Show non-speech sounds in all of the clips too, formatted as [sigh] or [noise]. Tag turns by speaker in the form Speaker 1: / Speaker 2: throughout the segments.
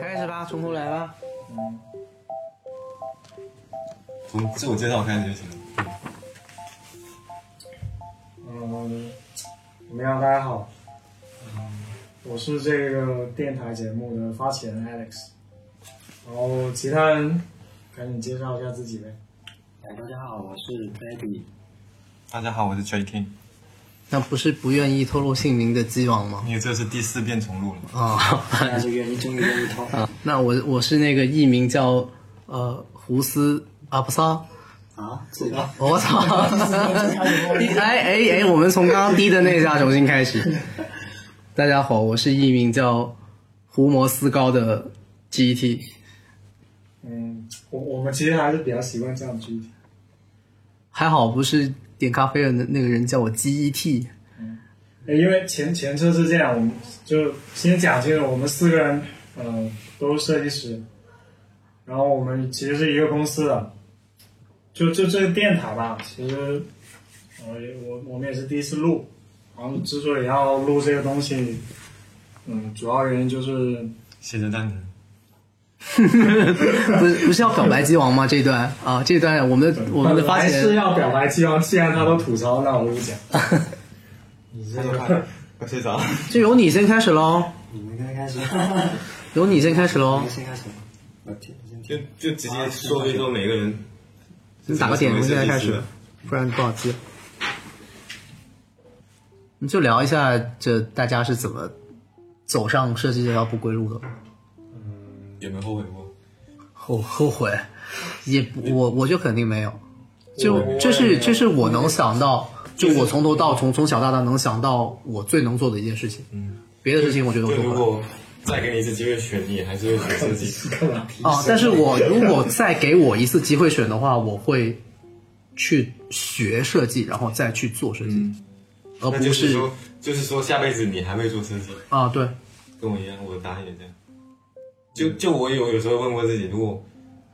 Speaker 1: 开始
Speaker 2: 嗯
Speaker 1: 吧，从头来吧。
Speaker 3: 从嗯自我介绍开始就行了。
Speaker 2: 嗯，怎么样？大家好，嗯我是这个电台节目的发起人 Alex，然后其他人赶紧介绍一下自己呗。
Speaker 4: 哎，大家好，我是 Teddy。
Speaker 3: 大家好，我是 JT。
Speaker 1: 那不是不愿意透露姓名的鸡王吗？
Speaker 3: 你这是第四遍重录了，
Speaker 1: 啊、 [laughs]
Speaker 4: 大家就愿意，终于愿意透。
Speaker 1: 啊，那我我是那个艺名叫呃胡思阿布萨。
Speaker 4: 啊，这个
Speaker 1: 我操！ [laughs] 哎哎哎，我们从刚刚低的那一下重新开始。大家好，我是艺名叫胡摩斯高的 E GET。
Speaker 2: 嗯，我我们其实还是比较习惯这样具体。
Speaker 1: 还好不是点咖啡的那那个人叫我 E GET，
Speaker 2: 哎因为前前车是这样，我们就先讲清楚，我们四个人，嗯，都是设计师，然后我们其实是一个公司的，就就这个电台吧，其实，我也我我们也是第一次录，然后之所以要录这个东西，嗯，主要原因就是
Speaker 3: 谢谢蛋疼。
Speaker 1: 不是不是要表白鸡王吗？这一段啊，这一段我们的我们的发
Speaker 2: 本来
Speaker 1: 起
Speaker 2: 是
Speaker 1: 人
Speaker 2: 要表白希望，既然他都吐槽，那我就不讲。
Speaker 3: 你这句话，我睡着了。
Speaker 1: 就由你先开始喽，
Speaker 4: 你们该开始，
Speaker 1: 由你先开始
Speaker 4: 我
Speaker 1: 喽
Speaker 4: 们，先开始。我天，先
Speaker 3: [laughs] 就就直接说一说每个人。
Speaker 1: 你打个点，
Speaker 3: 我
Speaker 1: 从现在开始，不然不好记。你就聊一下这大家是怎么走上设计这条不归路的。
Speaker 3: 也没后悔过。
Speaker 1: 后后悔，也不我我就肯定没有，就
Speaker 2: 我也
Speaker 1: 这
Speaker 2: 没
Speaker 1: 是
Speaker 2: 有
Speaker 1: 这是我能想到，就我从头到从从小到大能想到我最能做的一件事情，
Speaker 3: 嗯，
Speaker 1: 别的事情我觉得我
Speaker 3: 就
Speaker 1: 做
Speaker 3: 如
Speaker 1: 不了。
Speaker 3: 果再给你一次机会选，你还是会选设
Speaker 1: [laughs]
Speaker 3: 计。
Speaker 1: 啊，但是我如果再给我一次机会选的话，我会去学设计，然后再去做设计，
Speaker 3: 嗯
Speaker 1: 而
Speaker 3: 那
Speaker 1: 不
Speaker 3: 就是
Speaker 1: 是
Speaker 3: 说，就是说下辈子你还会做设计，
Speaker 1: 啊对，
Speaker 3: 跟我一样，我的答案也这样。就就我有有时候问过自己，如果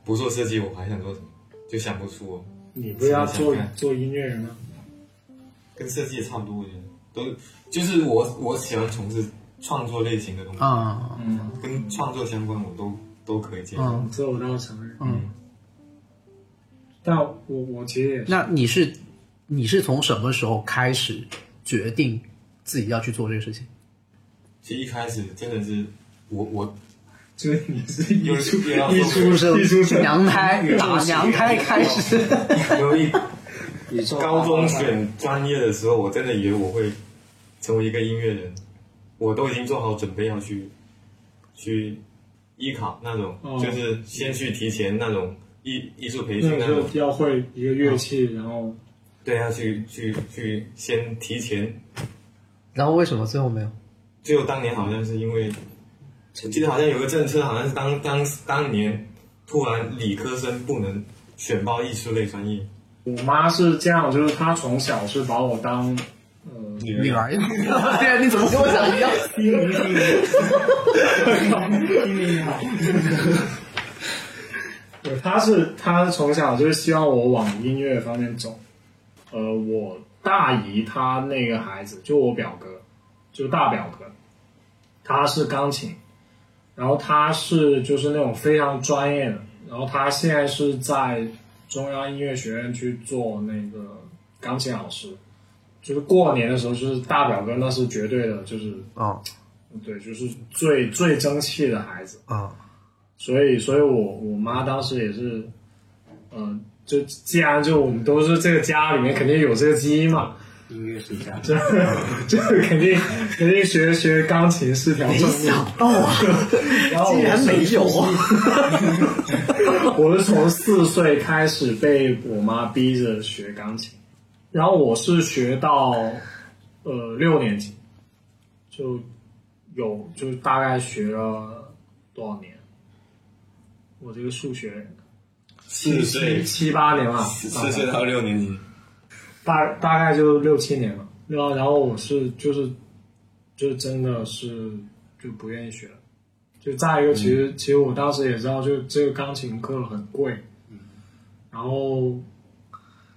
Speaker 3: 不做设计，我还想做什么？就想不出哦。
Speaker 2: 你不是要做做音乐人吗？
Speaker 3: 跟设计也差不多，我觉得都就是我我喜欢从事创作类型的东西，
Speaker 1: 啊
Speaker 2: 嗯，
Speaker 3: 跟创作相关我都都可以接受。
Speaker 1: 嗯
Speaker 2: 哦这我倒是承认。
Speaker 1: 嗯，
Speaker 2: 但我我其实也是，
Speaker 1: 那你是你是从什么时候开始决定自己要去做这个事情？
Speaker 3: 其实一开始真的是我我
Speaker 2: 就是你是艺
Speaker 3: 有
Speaker 2: 术
Speaker 3: 有要
Speaker 2: 艺术生，艺术生，
Speaker 1: 娘 [laughs] 胎打娘胎开始。
Speaker 3: 由于
Speaker 4: 宇宙
Speaker 3: 高中选专业的时候，我真的以为我会成为一个音乐人，我都已经做好准备要去去艺考那种，
Speaker 2: 哦
Speaker 3: 就是先去提前那种艺艺术培训
Speaker 2: 那
Speaker 3: 那
Speaker 2: 种
Speaker 3: 种，
Speaker 2: 就要会一个乐器，然后
Speaker 3: 对，要去去去先提前
Speaker 1: 然后为什么最后没有？
Speaker 3: 就当年好像是因为，我记得好像有个政策，好像是当当当年突然理科生不能选报艺术类专业，
Speaker 2: 我妈是这样，就是她从小是把我当呃，
Speaker 1: 女儿呀？ [laughs] 对啊呀，你怎么跟我讲 [laughs] 一样？
Speaker 2: 对她是她从小就是希望我往音乐方面走。呃，我大姨她那个孩子，就我表哥，就大表哥，他是钢琴，然后他是就是那种非常专业的，然后他现在是在中央音乐学院去做那个钢琴老师，就是过年的时候，就是大表哥那是绝对的，就是
Speaker 1: 啊
Speaker 2: 对，就是最最争气的孩子，
Speaker 1: 啊
Speaker 2: 所以所以我我妈当时也是，嗯、就既然就我们都是这个家里面肯定有这个基因嘛， [laughs]
Speaker 4: 音乐学家，
Speaker 2: 这这肯定肯定学学钢琴是条
Speaker 1: 没
Speaker 2: 正路。
Speaker 1: 想到啊，
Speaker 2: [laughs] 然后
Speaker 1: 竟然没有 [laughs] 啊！
Speaker 2: 我是从四岁开始被我妈逼着学钢琴，然后我是学到呃六年级，就有就大概学了多少年？我这个数学
Speaker 3: 四岁
Speaker 2: 七八年吧，啊
Speaker 3: 四岁到六年级，
Speaker 2: 大大概就六七年了。然后然后我是就是就真的是就不愿意学了。就再一个，其实、其实我当时也知道，就这个钢琴课很贵，然后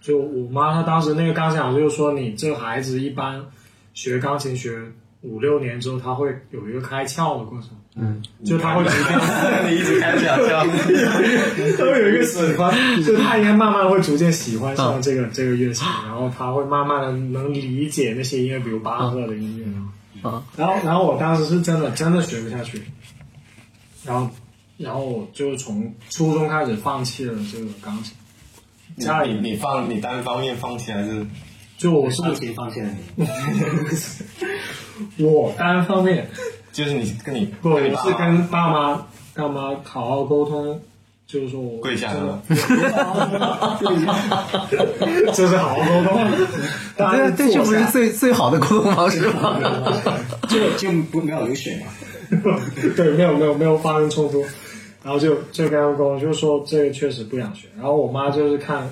Speaker 2: 就我妈她当时那个钢琴老师就说，你这孩子一般学钢琴学五六年之后，他会有一个开窍的过程，
Speaker 1: 嗯，
Speaker 2: 就他会逐渐。
Speaker 4: 你一直开不了窍，
Speaker 2: 都有一个喜欢，就他应该慢慢会逐渐喜欢上这个、这个乐器，然后他会慢慢的能理解那些音乐，比如巴赫的音乐。嗯
Speaker 1: 啊
Speaker 2: 然后然后我当时是真的真的学不下去，然后然后我就从初中开始放弃了这个钢琴。家里
Speaker 3: 你放你单方面放弃还是
Speaker 2: 就我是
Speaker 4: 放弃放弃了你，
Speaker 2: [laughs] 我单方面，
Speaker 3: 就是你跟你
Speaker 2: 不，我
Speaker 3: 跟你爸
Speaker 2: 是跟爸妈爸妈好好沟通，就是说我
Speaker 3: 跪下
Speaker 2: 真的
Speaker 3: 了，
Speaker 2: 这是好好沟通。当
Speaker 1: 这
Speaker 2: 然
Speaker 1: 啊这就不是
Speaker 2: 坐下
Speaker 1: 最最好的沟通方式吗？ [laughs]
Speaker 4: 就就不没有流血嘛。
Speaker 2: 对，没有没有没有发生冲突，然后就就跟他们沟通，就说这个确实不想学。然后我妈就是看，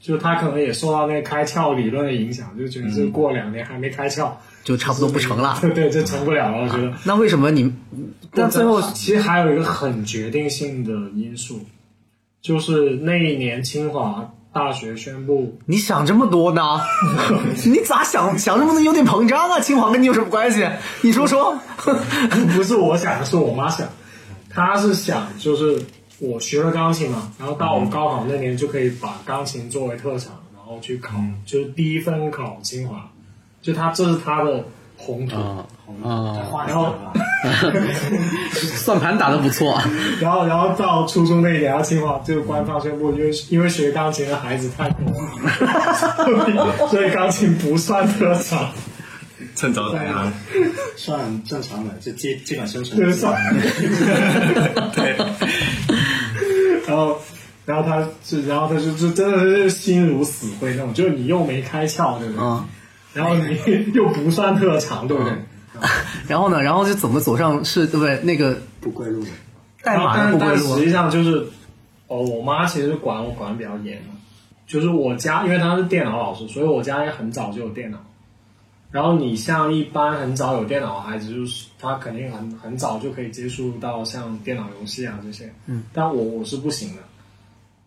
Speaker 2: 就她可能也受到那个开窍理论的影响，就觉得这过两年还没开窍，
Speaker 1: 就差不多不成了。
Speaker 2: 对对，这成不了了。我觉得，
Speaker 1: 那为什么你？那最后
Speaker 2: 其实还有一个很决定性的因素，就是那一年清华大学宣布，
Speaker 1: 你想这么多呢？ [laughs] 你咋想想这么多？有点膨胀啊！清华跟你有什么关系？你说 [laughs] 说。
Speaker 2: 不是我想的，是我妈想，她是想就是我学了钢琴嘛，然后到我高考那年就可以把钢琴作为特长，然后去考，就是第一分考清华，就她这是她的宏图。
Speaker 1: 啊，
Speaker 4: 画
Speaker 2: 然后
Speaker 4: 吧，
Speaker 1: 算盘打得不错。
Speaker 2: [laughs]
Speaker 1: 啊
Speaker 2: 然后，然后到初中那一年，然后清华就官方宣布，因为因为学钢琴的孩子太多了， [laughs] 所以所以钢琴不算特长，
Speaker 3: 趁早打
Speaker 4: 啊
Speaker 3: 啊，
Speaker 4: 算正常的，就基基本生存
Speaker 2: 就是算。
Speaker 3: 对，
Speaker 2: [laughs] 然后，然后他就，然后他就就真的是心如死灰那种，就是你又没开窍，对不对？
Speaker 1: 嗯，
Speaker 2: 然后你 [laughs] 又不算特长，对不对？
Speaker 1: 然后呢？然后就怎么走上是对不对？那个
Speaker 4: 不归路。
Speaker 1: 代码
Speaker 2: 啊但
Speaker 1: 的不归
Speaker 2: 但
Speaker 1: 路啊
Speaker 2: 实际上就是，哦，我妈其实管我管得比较严的，就是我家因为她是电脑老师，所以我家也很早就有电脑。然后你像一般很早有电脑的孩子，就是他肯定很很早就可以接触到像电脑游戏啊这些。嗯，但我我是不行的，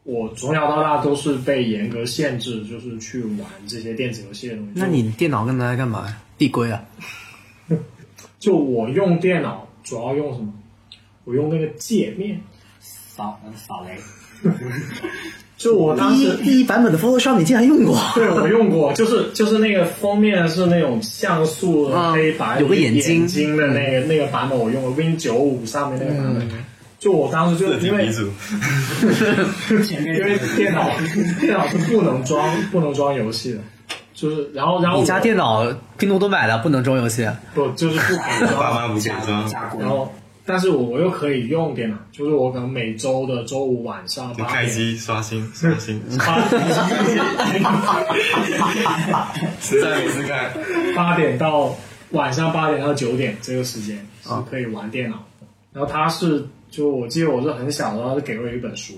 Speaker 2: 我从小到大都是被严格限制，就是去玩这些电子游戏的东西。
Speaker 1: 那你电脑跟拿来干嘛呀？递归啊？
Speaker 2: 就我用电脑主要用什么？我用那个界面。
Speaker 4: 扫扫雷，
Speaker 2: [laughs] 就我当
Speaker 1: 第
Speaker 2: 时
Speaker 1: 呃一第一版本的 Photoshop 你竟然用过？
Speaker 2: 对，我用过，就是就是那个封面是那种像素
Speaker 1: 嗯
Speaker 2: 黑白，
Speaker 1: 有个眼
Speaker 2: 眼
Speaker 1: 睛嗯
Speaker 2: 睛的那个那个版本，我用了 Win 九五上面那个版本。就我当时就因为
Speaker 3: 主，
Speaker 4: 前
Speaker 2: 因为电
Speaker 4: 哦
Speaker 2: 脑电脑是不能装不能装游戏的，就是然后然后
Speaker 1: [laughs] 你家
Speaker 2: 我
Speaker 1: 电脑拼多多买的，不能装游戏。啊
Speaker 2: 不就是不可以装
Speaker 3: [laughs] 爸妈不给
Speaker 4: 加
Speaker 3: 装，
Speaker 4: 加过
Speaker 2: 然
Speaker 4: [laughs]
Speaker 2: 后，但是我我又可以用电脑，就是我可能每周的周五晚上
Speaker 3: 就
Speaker 2: 八
Speaker 3: 开
Speaker 2: 点，
Speaker 3: 机刷新刷 [laughs] 新，实在没事干，
Speaker 2: [laughs] 八点到晚上八点到九点这个时间是可以玩电脑的。然后他是就我记得我是很小的时候，他就给我一本书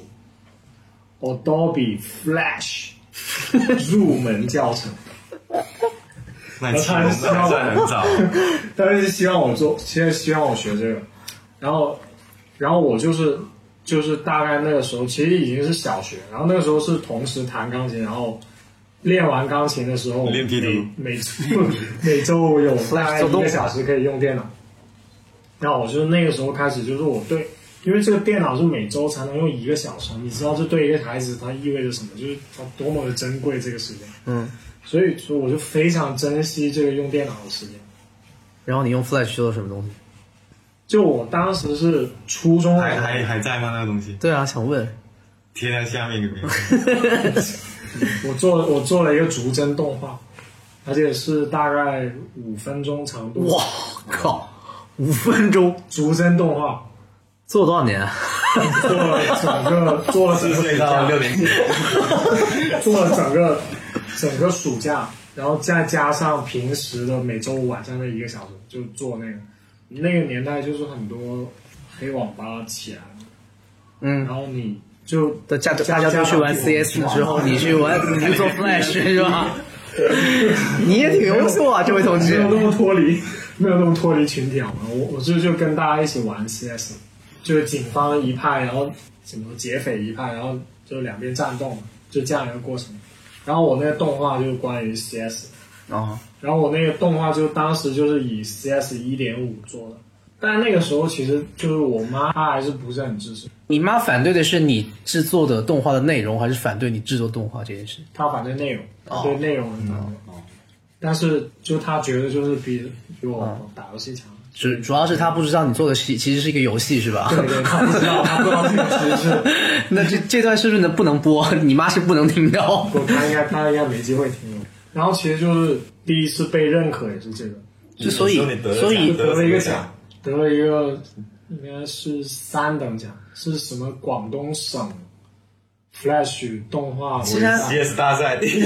Speaker 2: ，Adobe Flash 入门教程，
Speaker 3: 那启蒙那算很早，
Speaker 2: 但是希望我做，现在希望我学这个。然后，然后我就是就是大概那个时候，其实已经是小学，然后那个时候是同时弹钢琴，然后。练完钢琴的时候，
Speaker 3: 练屁
Speaker 2: 每
Speaker 3: 股
Speaker 2: 每周 [laughs] 每周有大概一个小时可以用电脑。然后我就是那个时候开始，就是我对，因为这个电脑是每周才能用一个小时，你知道这对一个孩子他意味着什么，就是他多么的珍贵这个时间。
Speaker 1: 嗯，
Speaker 2: 所以说我就非常珍惜这个用电脑的时间。
Speaker 1: 然后你用 Flash 做了什么东西？
Speaker 2: 就我当时是初中
Speaker 3: 还还还在吗？那个东西
Speaker 1: 对啊，想问。
Speaker 3: 贴在下面有 [laughs] 没有？
Speaker 2: 我做我做了一个逐帧动画，而且是大概五分钟长度。
Speaker 1: 哇靠！五分钟
Speaker 2: 逐帧动画
Speaker 1: 做了多少年啊？
Speaker 2: 做了整个做了整个
Speaker 1: [laughs]
Speaker 2: 暑假，
Speaker 3: 年级，
Speaker 2: 做了整个整个暑假，然后再加上平时的每周五晚上的一个小时，就做那个。那个年代就是很多黑网吧起来了，
Speaker 1: 嗯
Speaker 2: 然，后你就
Speaker 1: 大家
Speaker 2: 家
Speaker 1: 大家都去玩
Speaker 2: 家长
Speaker 1: CS 的时候，你去玩， [laughs] 你去做 Flash 是 [laughs] 吧？你也挺优秀啊，这位同
Speaker 2: 没
Speaker 1: [laughs] 志
Speaker 2: 有。那么脱离，没有那么脱离群体好吗？我我这就跟大家一起玩 CS，就是警方一派，然后什么劫匪一派，然后就两边战斗嘛，就这样一个过程。然后我那个动画就是关于 CS，
Speaker 5: 哦，
Speaker 2: 然后我那个动画就当时就是以 CS 一点五做的，但那个时候其实就是我妈她还是不是很支持，
Speaker 1: 你妈反对的是你制作的动画的内容，还是反对你制作动画这件事？
Speaker 2: 她反对内容，对内容很反对，但是就她觉得就是比比我打游戏强，
Speaker 1: 主主要是她不知道你做的是其实是一个游戏，是吧？
Speaker 2: 对对，她不知道她不知道这个其实是，
Speaker 1: [laughs] 那这这段是不是能不能播？ [laughs] 你妈是不能听 [laughs] 到。
Speaker 2: 不她应该她应该没机会听我，然后其实就是第一次被认可也是这个，
Speaker 1: 就所以
Speaker 3: 有时候你得了
Speaker 1: 所以
Speaker 3: 奖
Speaker 2: 得了一个
Speaker 3: 奖
Speaker 2: 奖，得了一个应该是三等奖，是什么广东省 Flash 动画
Speaker 1: 其实它
Speaker 3: CS 大赛第一，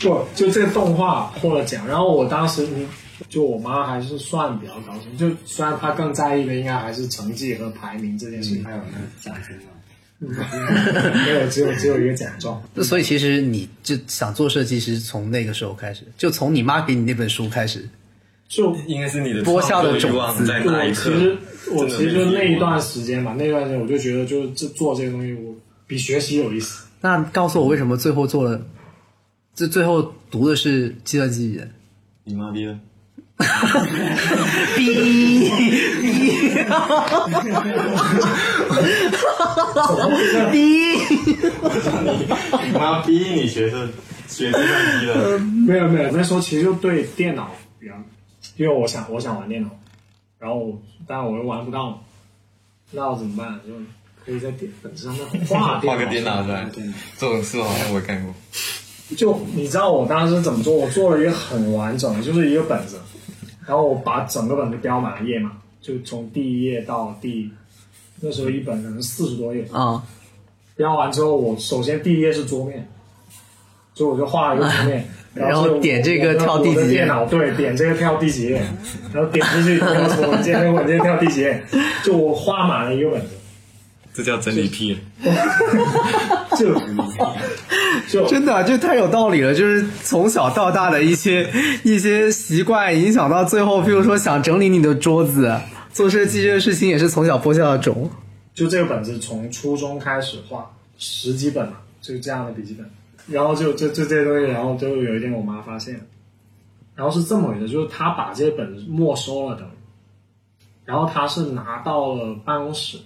Speaker 2: 不就这个动画获了奖，然后我当时你就我妈还是算比较高兴，就虽然她更在意的应该还是成绩和排名这件事情，
Speaker 4: 还有那个奖金嘛，
Speaker 1: 嗯
Speaker 2: 没有只有只有一个奖状，
Speaker 1: 所以其实你就想做设计师，从那个时候开始，就从你妈给你那本书开始。
Speaker 2: 就
Speaker 3: 应该是你的
Speaker 1: 播下的种子
Speaker 3: 创作欲望在那
Speaker 2: 我
Speaker 3: 一
Speaker 2: 其
Speaker 3: 刻。
Speaker 2: 实我
Speaker 3: 真的
Speaker 2: 其实就
Speaker 3: 没
Speaker 2: 那一
Speaker 3: 有
Speaker 2: 段时间吧，那段时间我就觉得就是这做这些东西我比学习有意思。
Speaker 1: 那告诉我为什么最后做了，这最后读的是计算机语言？
Speaker 3: 你妈逼的，
Speaker 1: 哔哔，
Speaker 3: 你妈逼你学生学计算机的，
Speaker 2: 没有没有，那时候其实就对电脑比较，因为我想我想玩电脑，然后我但我又玩不到，那我怎么办？就可以在电本子上面画电
Speaker 5: 画
Speaker 2: 脑，
Speaker 5: 个电脑出来，这种事好像我干过。
Speaker 2: 就你知道我当时怎么做？我做了一个很完整的，就是一个本子，然后我把整个本子标满了页码，就从第一页到第，那时候一本可能四十多页，
Speaker 1: 啊，
Speaker 2: 标完之后，我首先第一页是桌面，所以我就画了一个桌
Speaker 1: [laughs]
Speaker 2: 面。
Speaker 1: 然后
Speaker 2: 就
Speaker 1: 点这个
Speaker 2: 我的
Speaker 1: 跳第几页
Speaker 2: 我的电脑对，点这个跳第几
Speaker 1: [laughs]
Speaker 2: 页，然后点进去跳什么文件，那个文件跳第几页，就我画满了一个本子，
Speaker 3: 这叫真理癖。
Speaker 1: [laughs]
Speaker 2: 就就
Speaker 1: 真的这太有道理了，就是从小到大的一些一些习惯影响到最后，譬如说想整理你的桌子，做设计这个事情也是从小播下的种。
Speaker 2: 就这个本子从初中开始画，十几本嘛，就这样的笔记本，然后就就就这些东西，然后就有一天我妈发现了，然后是这么回事，就是她把这些本子没收了等于，然后她是拿到了办公室，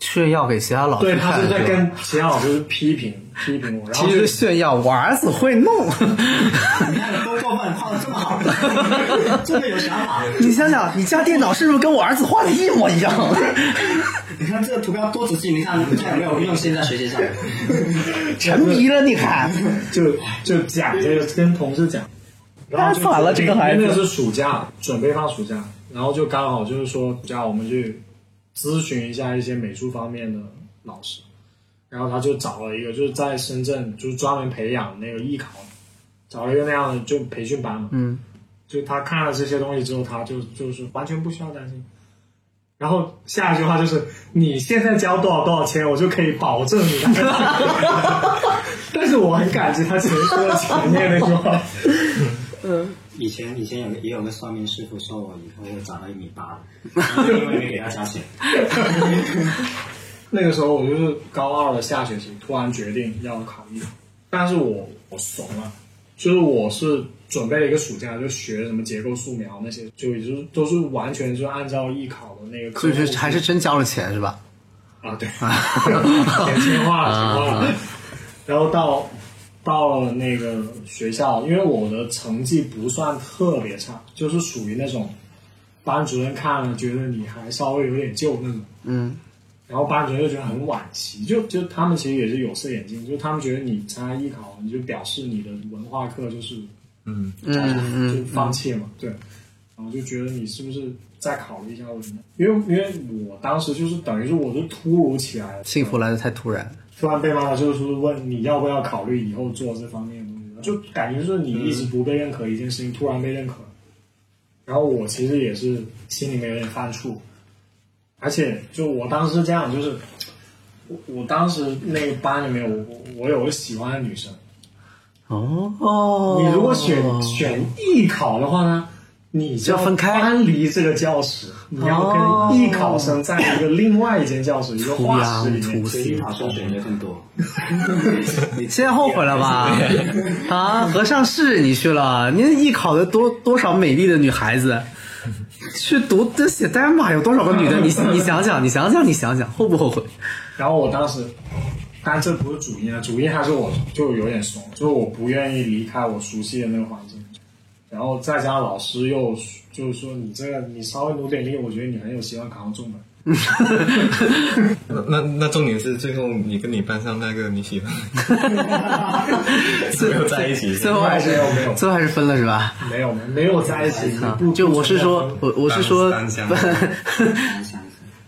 Speaker 1: 炫耀给其他老师
Speaker 2: 对
Speaker 1: 看，
Speaker 2: 他是在
Speaker 1: 对吧
Speaker 2: 跟其他老师批评批评我，然后
Speaker 1: 其
Speaker 2: 就
Speaker 1: 实炫耀我儿子会弄。
Speaker 4: 你看多过分，画的这么好，真的有想法。
Speaker 1: 你想想，你家电脑是不是跟我儿子画的一模一样？ [laughs]
Speaker 4: 你看这个图标多仔细，你看你看有没有用心在学习上？
Speaker 1: 沉迷了，你看。
Speaker 2: 就就讲这个跟同事讲，然后就
Speaker 1: 太惨了这个孩子
Speaker 2: 因为那是暑假，准备放暑假，然后就刚好就是说暑假我们去咨询一下一些美术方面的老师，然后他就找了一个就是在深圳就是专门培养那个艺考，找了一个那样的就培训班嘛，
Speaker 1: 嗯，
Speaker 2: 就他看了这些东西之后，他就就是完全不需要担心。然后下一句话就是：你现在交多少多少钱，我就可以保证你 [laughs] 拿到。但是我很感激他前说的前面那句话，
Speaker 4: 以前以前有个也有个算命师傅说我以后会长到一米八，因为没给他加
Speaker 1: [laughs]
Speaker 4: 钱。
Speaker 2: 那个时候我就是高二的下学期，突然决定要考艺考，但是我我怂了，就是我是准备了一个暑假，就学什么结构素描那些，就也就是都是完全就是按照艺考的那个科
Speaker 1: 所
Speaker 2: 目
Speaker 1: 以
Speaker 2: 去，
Speaker 1: 是还是真交了钱是吧？
Speaker 2: 啊，对， [laughs] 年轻化了，年轻化了。然后到到了那个学校，因为我的成绩不算特别差，就是属于那种班主任看了觉得你还稍微有点救那种。
Speaker 1: 嗯。
Speaker 2: 然后班主任就觉得很惋惜，就就他们其实也是有色眼镜，就他们觉得你参加艺考，你就表示你的文化课就是
Speaker 3: 嗯，
Speaker 1: 嗯
Speaker 2: 就放弃了嘛，对。然后就觉得你是不是再考虑一下我什么？因为因为我当时就是等于是我是突如其来的，
Speaker 1: 幸福来的太突然。
Speaker 2: 突然被妈妈就是说问你要不要考虑以后做这方面的东西，就感觉就是你一直不被认可一件事情，突然被认可了。然后我其实也是心里面有点犯怵，而且就我当时这样，就是我我当时那个班里面我，我我有个喜欢的女生，
Speaker 1: 哦，
Speaker 2: 你如果选选艺考的话呢，你就
Speaker 1: 要分开
Speaker 2: 搬离这个教室，你要跟艺考生在一个另外一间教室，一个
Speaker 1: 图
Speaker 2: 画室
Speaker 1: 羊
Speaker 2: 里面
Speaker 1: 图。
Speaker 4: 所以
Speaker 1: 死
Speaker 4: 艺。考生选择更
Speaker 1: [laughs]
Speaker 4: 多。
Speaker 1: 你现在后悔了吧？ [laughs] 啊，和尚是你去了，你艺考的多多少美丽的女孩子，去读这写代码有多少个女 [laughs] 的？你你想想，你想想，你想想，后不 [laughs] 后悔？
Speaker 2: 然后我当时，但这不是主因啊，主因还是我就有点怂，就是我不愿意离开我熟悉的那个环境，然后再加上老师又就是说你这个你稍微努点力，我觉得你很有希望考上重本。
Speaker 5: 那那那重点是最后你跟你班上那个你喜欢，没有在一起，
Speaker 1: 最后
Speaker 2: 还是没有
Speaker 1: 最后还是分了是吧？
Speaker 2: 没有没有在一起，
Speaker 1: 啊
Speaker 2: 不，
Speaker 1: 就我是说，我我是说
Speaker 5: 单相，
Speaker 4: 想一想，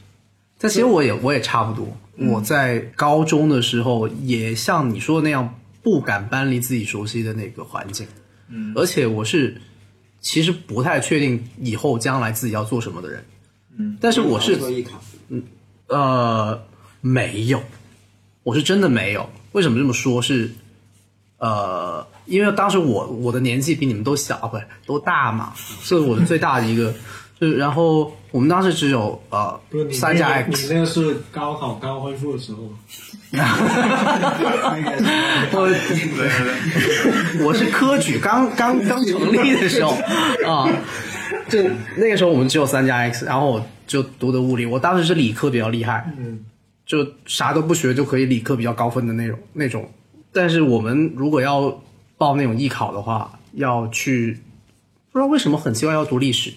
Speaker 1: [laughs] 但其实我也我也差不多，我在高中的时候也像你说的那样，不敢搬离自己熟悉的那个环境。嗯，而且我是其实不太确定以后将来自己要做什么的人。嗯，但是我是
Speaker 4: 做艺考，
Speaker 1: 呃，没有，我是真的没有。为什么这么说？是，呃，因为当时我我的年纪比你们都小，啊不是都大嘛，这是我的最大的一个。就是然后我们当时只有呃
Speaker 2: 不是你
Speaker 1: 三加
Speaker 2: 那个
Speaker 1: X，
Speaker 2: 你那个是高考刚恢复的时候吗，
Speaker 1: 我 [laughs] 我是科举刚刚刚成立的时候啊，就那个时候我们只有三加 X，然后我就读的物理，我当时是理科比较厉害，嗯，就啥都不学就可以理科比较高分的那种那种。但是我们如果要报那种艺考的话，要去不知道为什么很奇怪要读历史，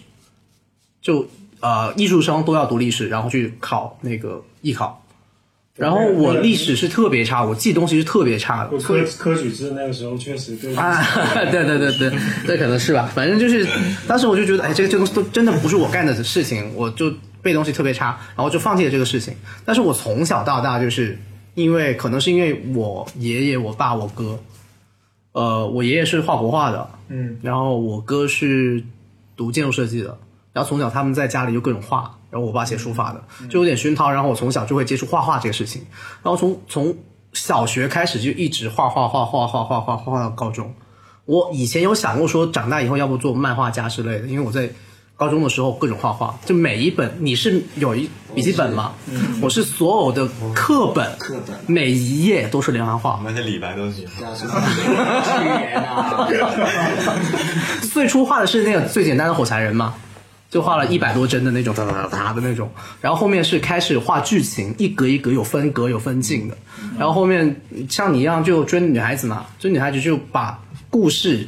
Speaker 1: 就呃艺术生都要读历史，然后去考那个艺考。然后我历史是特别差，我记东西是特别差的，
Speaker 2: 我科科举制那个时候确实对
Speaker 1: 啊， [laughs]
Speaker 2: [laughs]
Speaker 1: 对对对对，这可能是吧。反正就是当时我就觉得，哎，这个这个东西都真的不是我干的事情，我就背东西特别差，然后就放弃了这个事情。但是我从小到大就是因为可能是因为我爷爷、我爸、我哥，呃，我爷爷是画国画的，
Speaker 2: 嗯，
Speaker 1: 然后我哥是读建筑设计的，然后从小他们在家里就各种画，然后我爸写书法的，就有点熏陶。然后我从小就会接触画画这个事情，然后从从小学开始就一直画画画画画画画画画到高中。我以前有想过说长大以后要不做漫画家之类的，因为我在高中的时候各种画画，就每一本你是有一笔记本嘛，我是所有的课本
Speaker 4: 课本
Speaker 1: 每一页都是连环画，
Speaker 5: 那些李白都喜欢。
Speaker 4: 要是去年
Speaker 1: [laughs]
Speaker 4: 啊，
Speaker 1: 最初画的是那个最简单的火柴人嘛，就画了一百多帧的那种，哒哒哒哒的那种。然后后面是开始画剧情，一格一格有分格有分镜的。然后后面像你一样就追女孩子嘛，追女孩子就把故事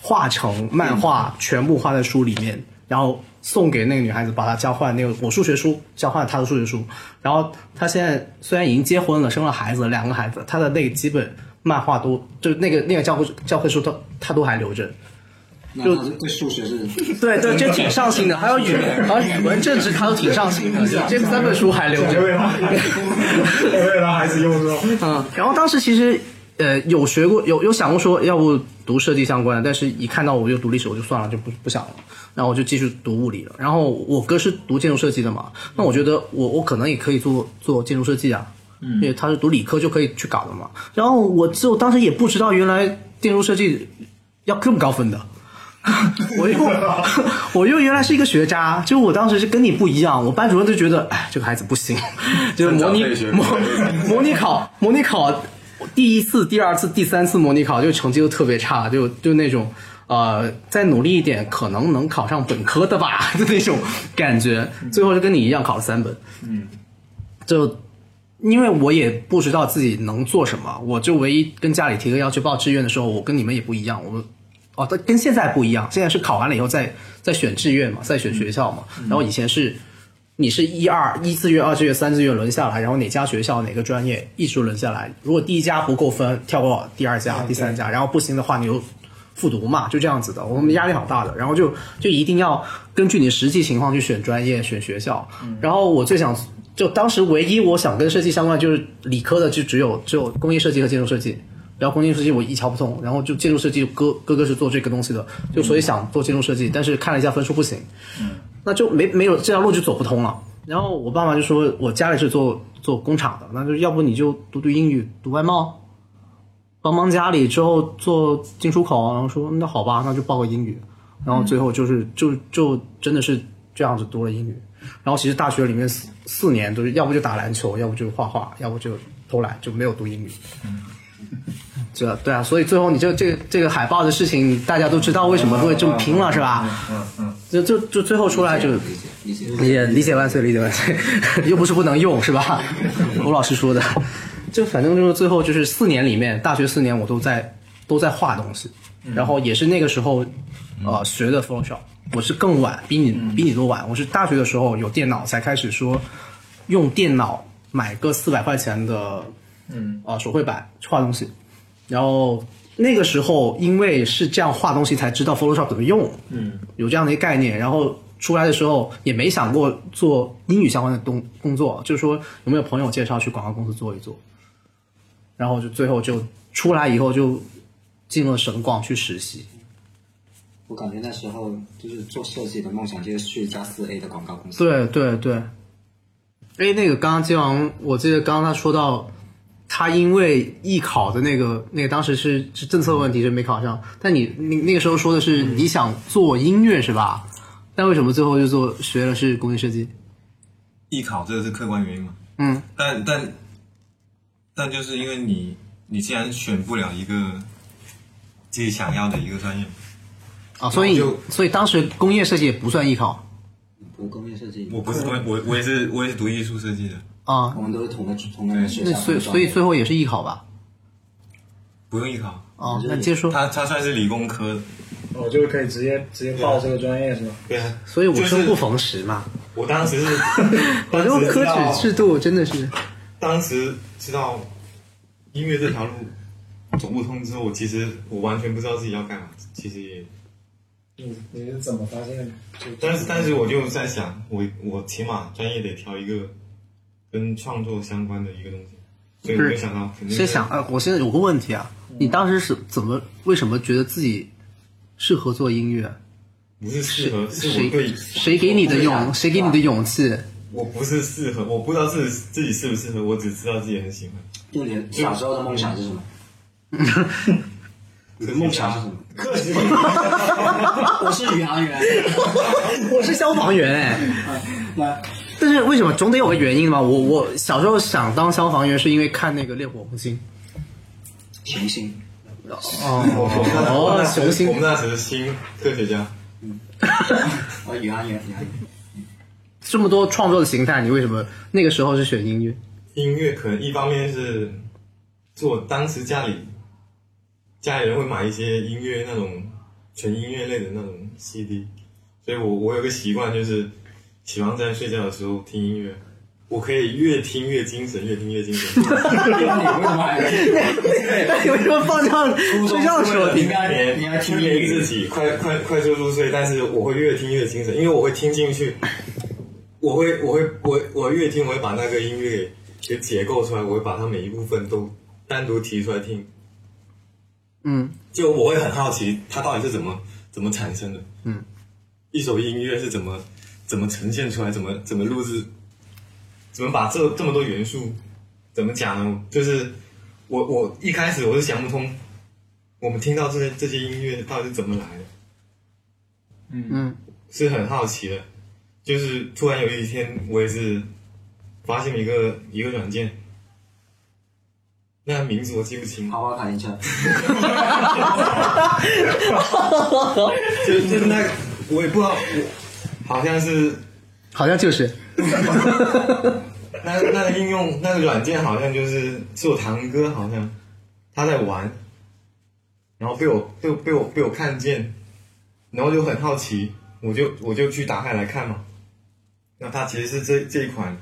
Speaker 1: 画成漫画，全部画在书里面，然后送给那个女孩子，把她交换那个我数学书，交换她的数学书。然后她现在虽然已经结婚了，生了孩子了，两个孩子，她的那个基本漫画都就那个那个教科教科书都她都还留着。
Speaker 4: 那他是对数学是
Speaker 1: 对对，这挺上心的，还有语 [laughs] 文，还有语文、政治，他都挺上心的，就这三本书还留
Speaker 2: 就为
Speaker 1: 着。
Speaker 2: 了为了孩子用是吧？
Speaker 1: 嗯，然后当时其实呃有学过，有有想过说要不读设计相关的，但是一看到我又读历史，我就算了，就不不想了。然后我就继续读物理了。然后我哥是读建筑设计的嘛，那我觉得我我可能也可以做做建筑设计啊，因为他是读理科就可以去搞的嘛。然后我就当时也不知道原来建筑设计要这么高分的。 [laughs] 我又 [laughs] 我又原来是一个学渣，就我当时是跟你不一样，我班主任就觉得，哎，这个孩子不行， [laughs] 就是模拟
Speaker 5: 增长费学费
Speaker 1: 模 [laughs] 模拟考模拟考第一次、第二次、第三次模拟考就成绩都特别差，就就那种呃，再努力一点可能能考上本科的吧 [laughs] 就那种感觉，最后就跟你一样考了三本，嗯，就因为我也不知道自己能做什么，我就唯一跟家里提个要求报志愿的时候，我跟你们也不一样，我们哦，但跟现在不一样，现在是考完了以后再再选志愿嘛，再选学校嘛。然后以前是你是一二一志愿、二志愿、三志愿轮下来，然后哪家学校哪个专业一直轮下来，如果第一家不够分，跳过第二家、第三家，然后不行的话你就复读嘛，就这样子的。我们压力好大的，然后就就一定要根据你实际情况去选专业、选学校。然后我最想就当时唯一我想跟设计相关就是理科的，就只有只有工业设计和建筑设计。然后工业设计我一窍不通，然后就建筑设计哥哥哥是做这个东西的，就所以想做建筑设计，但是看了一下分数不行，那就没没有这条路就走不通了。然后我爸妈就说，我家里是做做工厂的，那就要不你就读读英语，读外贸，帮忙家里之后做进出口，然后说那好吧，那就报个英语。然后最后就是就就真的是这样子读了英语。然后其实大学里面四四年都是要不就打篮球，要不就画画，要不就偷懒，就没有读英语。
Speaker 4: 嗯
Speaker 1: [laughs] 这对啊，所以最后你这这个这个海报的事情，大家都知道为什么会这么拼了，是吧？
Speaker 2: 嗯嗯，
Speaker 1: 就就就最后出来就
Speaker 4: 理解理解。
Speaker 1: 也理解万岁，理解万岁， [laughs] 又不是不能用，是吧？吴老师说的，就反正就是最后就是四年里面，大学四年我都在都在画东西，然后也是那个时候，呃，学的 Photoshop，我是更晚，比你比你都晚，我是大学的时候有电脑才开始说用电脑买个四百块钱的，嗯，呃，手绘板画东西，然后那个时候因为是这样画东西才知道 Photoshop 怎么用，嗯，有这样的一个概念，然后出来的时候也没想过做英语相关的东工作，就是说有没有朋友介绍去广告公司做一做，然后就最后就出来以后就进了省广去实习，
Speaker 4: 我感觉那时候就是做设计的梦想就是去一家四 A 的广告公司。
Speaker 1: 对对对。哎，那个刚刚金王，我记得刚刚他说到，他因为艺考的那个那个当时是是政策问题，是没考上。但你你那个时候说
Speaker 4: 嗯
Speaker 1: 的是你想做音乐是吧？但为什么最后就做学了是工业设计？
Speaker 5: 艺考这个是客观原因嘛？
Speaker 1: 嗯，
Speaker 5: 但但但就是因为你你既然选不了一个自己想要的一个专业，
Speaker 1: 啊，所以
Speaker 5: 就
Speaker 1: 所以当时工业设计也不算艺考
Speaker 4: 不过工业设计，
Speaker 5: 我不是我我我也是我也是读艺术设计的，
Speaker 1: 啊
Speaker 4: 我，们都是同个同个学校的专
Speaker 1: 那
Speaker 4: 业。
Speaker 1: 所以所以最后也是艺考吧？
Speaker 5: 不用艺考，
Speaker 1: 啊
Speaker 4: 我，觉得
Speaker 1: 那接着说，
Speaker 5: 它它算是理工科的。
Speaker 2: 我就可以直接直接报这个专业是吧？
Speaker 3: 对啊，
Speaker 1: 所以我
Speaker 3: 就是
Speaker 1: 生不逢时嘛。
Speaker 3: 我当时是，
Speaker 1: [laughs] 我
Speaker 3: 当
Speaker 1: 这种
Speaker 3: 时
Speaker 1: 科
Speaker 3: 知道
Speaker 1: 举制度真的是，
Speaker 3: 当时知道音乐这条路走不通之后，我其实我完全不知道自己要干嘛。其实也，
Speaker 2: 你你是怎么发现的？
Speaker 3: 但是但是我就在想，我我起码专业得挑一个跟创作相关的一个东西，所以我
Speaker 1: 是
Speaker 3: 没想到肯定
Speaker 1: 先想啊，我现在有个问题啊，你当时是怎么为什么觉得自己适合做音乐？
Speaker 3: 不是适合，
Speaker 1: 谁
Speaker 3: 是我对
Speaker 1: 谁谁给你的勇？谁给你的勇气？
Speaker 3: 我不是适合，我不知道自己自己适不适合，我只知道自己很喜欢。
Speaker 4: 就你小时候的梦想是什
Speaker 1: [laughs]
Speaker 4: 么？你的梦想是什么？
Speaker 3: 客气，
Speaker 4: [laughs] 我是宇航员。
Speaker 1: 我是消防员 [laughs] 哎，
Speaker 4: 那
Speaker 1: 但是为什么总得有个原因吧？我我小时候想当消防员是因为看那个烈火红星。
Speaker 4: 雄心，
Speaker 3: 我
Speaker 1: 哦
Speaker 3: 们那我们那时
Speaker 1: 雄心
Speaker 3: 我们那时新科学家，
Speaker 4: 我哦宇航员，宇航员。
Speaker 1: 这么多创作的形态，你为什么那个时候是选音 [laughs] 乐？
Speaker 3: 音乐可能一方面是做当时家里家里人会买一些音乐那种纯音乐类的那种 CD，所以我我有个习惯就是起床在睡觉的时候听音乐，我可以越听越精神，越听越精神。
Speaker 1: 那哎你为什么放上睡觉的时候听
Speaker 4: 应？该
Speaker 3: 年
Speaker 4: 应该听
Speaker 3: 年自己快快快速入睡，但是我会越听越精神，因为我会听进去，我会我会我我越听我会把那个音乐给给解构出来，我会把它每一部分都单独提出来听，
Speaker 1: 嗯，
Speaker 3: 就我会很好奇它到底是怎么怎么产生的，
Speaker 1: 嗯，
Speaker 3: 一首音乐是怎么怎么呈现出来，怎么怎么录制，怎么把这这么多元素怎么讲呢？就是我我一开始我是想不通，我们听到这些这些音乐到底是怎么来的，
Speaker 1: 嗯，
Speaker 3: 是很好奇的。就是突然有一天，我也是发现了一个一个软件，那名字我记不清，
Speaker 4: 豪华卡丁车，
Speaker 3: [laughs] 就就是那个我也不知道，我好像是
Speaker 1: 好像就是
Speaker 3: 那那个应用那个软件好像就是是我堂哥，好像他在玩，然后被我被我被我被我看见，然后就很好奇，我就我就去打开来看嘛。那它其实是这这一款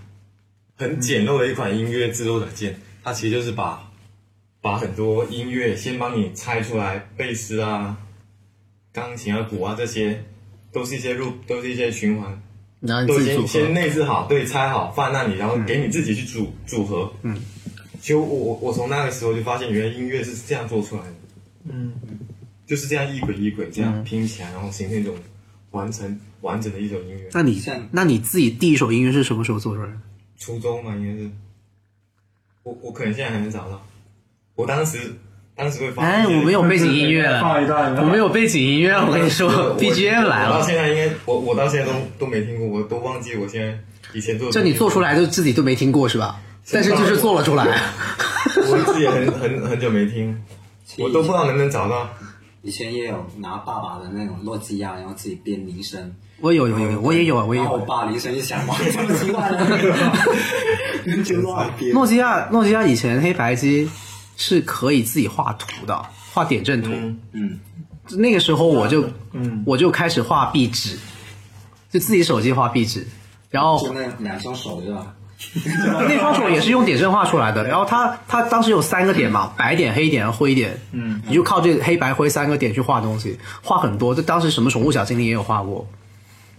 Speaker 3: 很简陋的一款音乐制作软件，它其实就是把把很多音乐先帮你拆出来，贝斯啊、钢琴啊、鼓啊这些，都是一些入都是一些循环，
Speaker 1: 然后你
Speaker 3: 都
Speaker 1: 自己
Speaker 3: 先
Speaker 1: 组合
Speaker 3: 先。内置好，对，拆好放那里，然后给你自己去组、组合。
Speaker 1: 嗯，
Speaker 3: 其实我我我从那个时候就发现，原来音乐是这样做出来的，
Speaker 2: 嗯，
Speaker 3: 就是这样一轨一轨这
Speaker 1: 嗯
Speaker 3: 样拼起来，然后形成一种完成完整的一种音乐。
Speaker 1: 那你
Speaker 4: 像
Speaker 1: 那你自己第一首音乐是什么时候做出来的？
Speaker 3: 初中嘛，应该是，我我可能现在还没找到。我当时当时会发
Speaker 1: 哎，
Speaker 3: 现
Speaker 1: 我们有背景音乐
Speaker 2: 放一
Speaker 1: 了，
Speaker 2: 段，
Speaker 1: 我们有背景音乐了，我跟你说
Speaker 3: 我
Speaker 1: ，BGM 来
Speaker 3: 我到
Speaker 1: 了，
Speaker 3: 现在应该，我我到现在都都没听过，我都忘记我现在以前做的
Speaker 1: 这你做出来就自己都没听过是吧？但是就是做了出来，
Speaker 3: 我自己也很很很久没听，我都不知道能不能找到。
Speaker 4: 以前也有拿爸爸的那种诺基亚，然后自己编铃声。
Speaker 1: [laughs] 我有有有有，我也有啊，我也
Speaker 4: 然后我
Speaker 1: 有。
Speaker 4: 爸铃声一响，哇，这么奇怪 [laughs] 的，能觉乱编。
Speaker 1: 诺基亚诺基亚以前黑白机是可以自己画图的，画点阵图。
Speaker 4: 嗯，
Speaker 1: 那个时候我就我就开始画壁纸，就自己手机画壁纸，然后
Speaker 4: 嗯就那两双手是吧？
Speaker 1: [laughs] 那双手也是用点阵画出来的，然后它它当时有三个点嘛，白点、黑点、灰点，嗯，你就靠这黑白灰三个点去画东西，画很多。就当时什么宠物小精灵也有画过，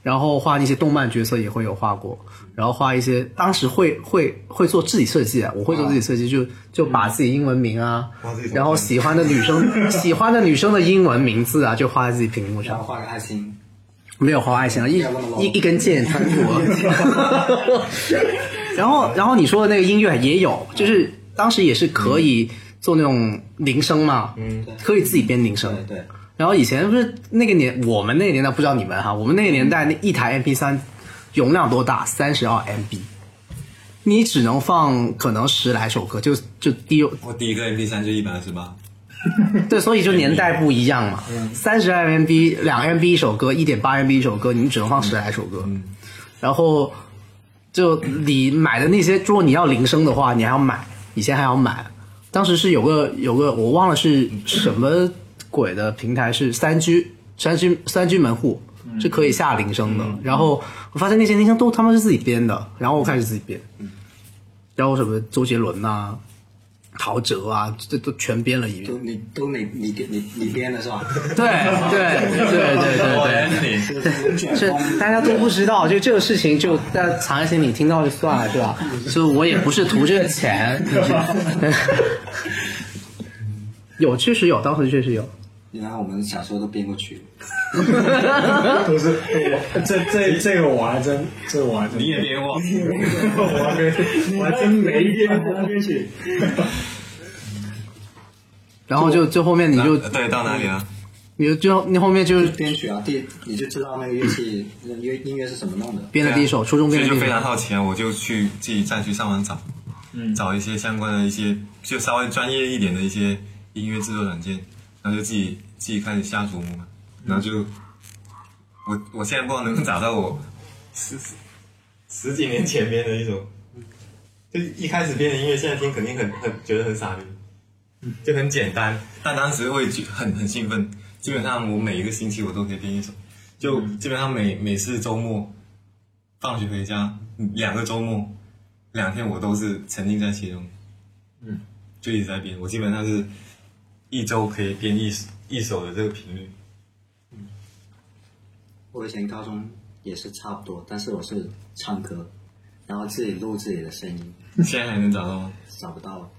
Speaker 1: 然后画那些动漫角色也会有画过，然后画一些当时会会会做字体设计啊，嗯我会做字体设计，就就把自己英文名啊
Speaker 3: 画自己，
Speaker 1: 然后喜欢的女生 [laughs] 喜欢的女生的英文名字啊，就画在自己屏幕
Speaker 4: 然后
Speaker 1: 上，
Speaker 4: 画个爱心，
Speaker 1: 没有画爱心啊，一
Speaker 4: 没有那么 low
Speaker 1: 一一根箭
Speaker 4: [laughs]
Speaker 1: 穿过。然后， [laughs] 然后你说的那个音乐也有，就是当时也是可以做那种铃声嘛，嗯
Speaker 4: 对
Speaker 1: 可以自己编铃声
Speaker 4: 对。对，
Speaker 1: 然后以前不是那个年，我们那个年代不知道你们哈，我们那个年代那一台 MP 3容量多大？三十二 MB，你只能放可能十来首歌，就就低
Speaker 5: 我第一个 MP 3就一百二十八，
Speaker 1: 对，所以就年代不一样嘛。三十 MB 两 MB 一首歌，一点八 MB 一首歌，你只能放十来首歌。然后就你买的那些，如果你要铃声的话，你还要买，以前还要买。当时是有个有个我忘了是什么鬼的平台，是三居三居三居门户是可以下铃声的。然后我发现那些铃声都他妈是自己编的，然后我开始自己编，然后什么周杰伦呐、陶喆啊，这都全编了一遍
Speaker 4: 都。你都你你你你编的是吧？ [laughs]
Speaker 1: [laughs] 对对对对对
Speaker 5: 对
Speaker 4: 是是
Speaker 1: 对，是大家都不知道，就这个事情就大家藏在心里，听到就算了，是吧？所以我也不是图这个钱， [laughs] 有确实有，当时确实有。
Speaker 4: 然后我们小时候都编过曲，
Speaker 2: 都是 [laughs] 我这这这个我还真这个我还真
Speaker 5: 你也编过，
Speaker 2: 我还没我还真没编过
Speaker 4: 编曲。
Speaker 1: 然后就就后面你就
Speaker 5: 啊对到哪里了？
Speaker 1: 你就就你后面就
Speaker 4: 编曲啊，第你就知道那个乐器、那乐音乐是怎么弄的。
Speaker 1: 编了第一首，初中
Speaker 5: 所
Speaker 1: 编
Speaker 5: 以
Speaker 1: 的
Speaker 5: 就
Speaker 1: 第一
Speaker 5: 非常
Speaker 1: 首，
Speaker 5: 好奇啊，我就去自己再去上网找，找一些相关的一些就稍微专业一点的一些音乐制作软件，然后就自己自己开始下琢磨嘛，然后就我我现在不知道能不能找到我
Speaker 3: 十十十几年前编的一首，就一开始编的音乐，现在听肯定很很觉得很傻逼，
Speaker 5: [laughs]
Speaker 3: 就很简单。
Speaker 5: 但当时会觉很很兴奋，基本上我每一个星期我都可以编一首，就基本上每每次周末放学回家两个周末两天我都是沉浸在其中，嗯，就一直在编，我基本上是一周可以编一一首的这个频率，
Speaker 4: 我以前高中也是差不多，但是我是唱歌，然后自己录自己的声音，
Speaker 5: 现在还能找到吗？
Speaker 4: 找不到，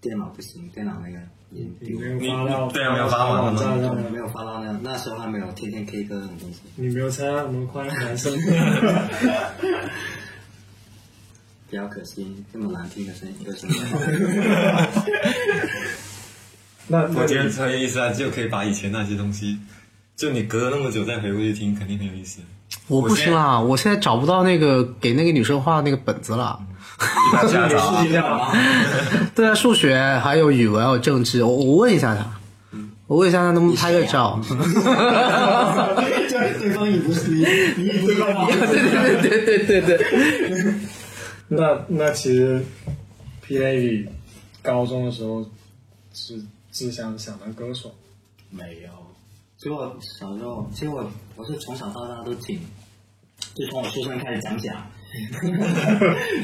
Speaker 4: 电脑不行，电脑那个也
Speaker 2: 你
Speaker 4: 丢。
Speaker 2: 没有发到
Speaker 5: 你对啊没有发完
Speaker 2: 网站上
Speaker 4: 没有发到那个，那时候还没有天天 K 歌那种东西。
Speaker 2: 你没有参加什么快乐男
Speaker 5: [laughs]
Speaker 2: 生，
Speaker 4: 比较可惜，这么难听的声音歌声。有
Speaker 2: 那
Speaker 5: 我
Speaker 2: 那
Speaker 5: 觉得很有意思啊，就可以把以前那些东西，就你隔了那么久再回过去听，肯定很有意思。
Speaker 1: 我不行啦，我现在找不到那个给那个女生画那个本子了。 [laughs]
Speaker 5: 把它下载啊
Speaker 2: 试一下，
Speaker 1: 对啊，数学还有语文还有政治，我我问一下他，我问一下他能不能拍个照。
Speaker 4: 就对方也不是你，你也不是爸爸。
Speaker 1: 对对对对对对，
Speaker 2: 那那其实 P A 里高中的时候是志向想当歌手，
Speaker 4: 没有，就我小时候，其实我我是从小到大都挺，就从我出生开始讲讲。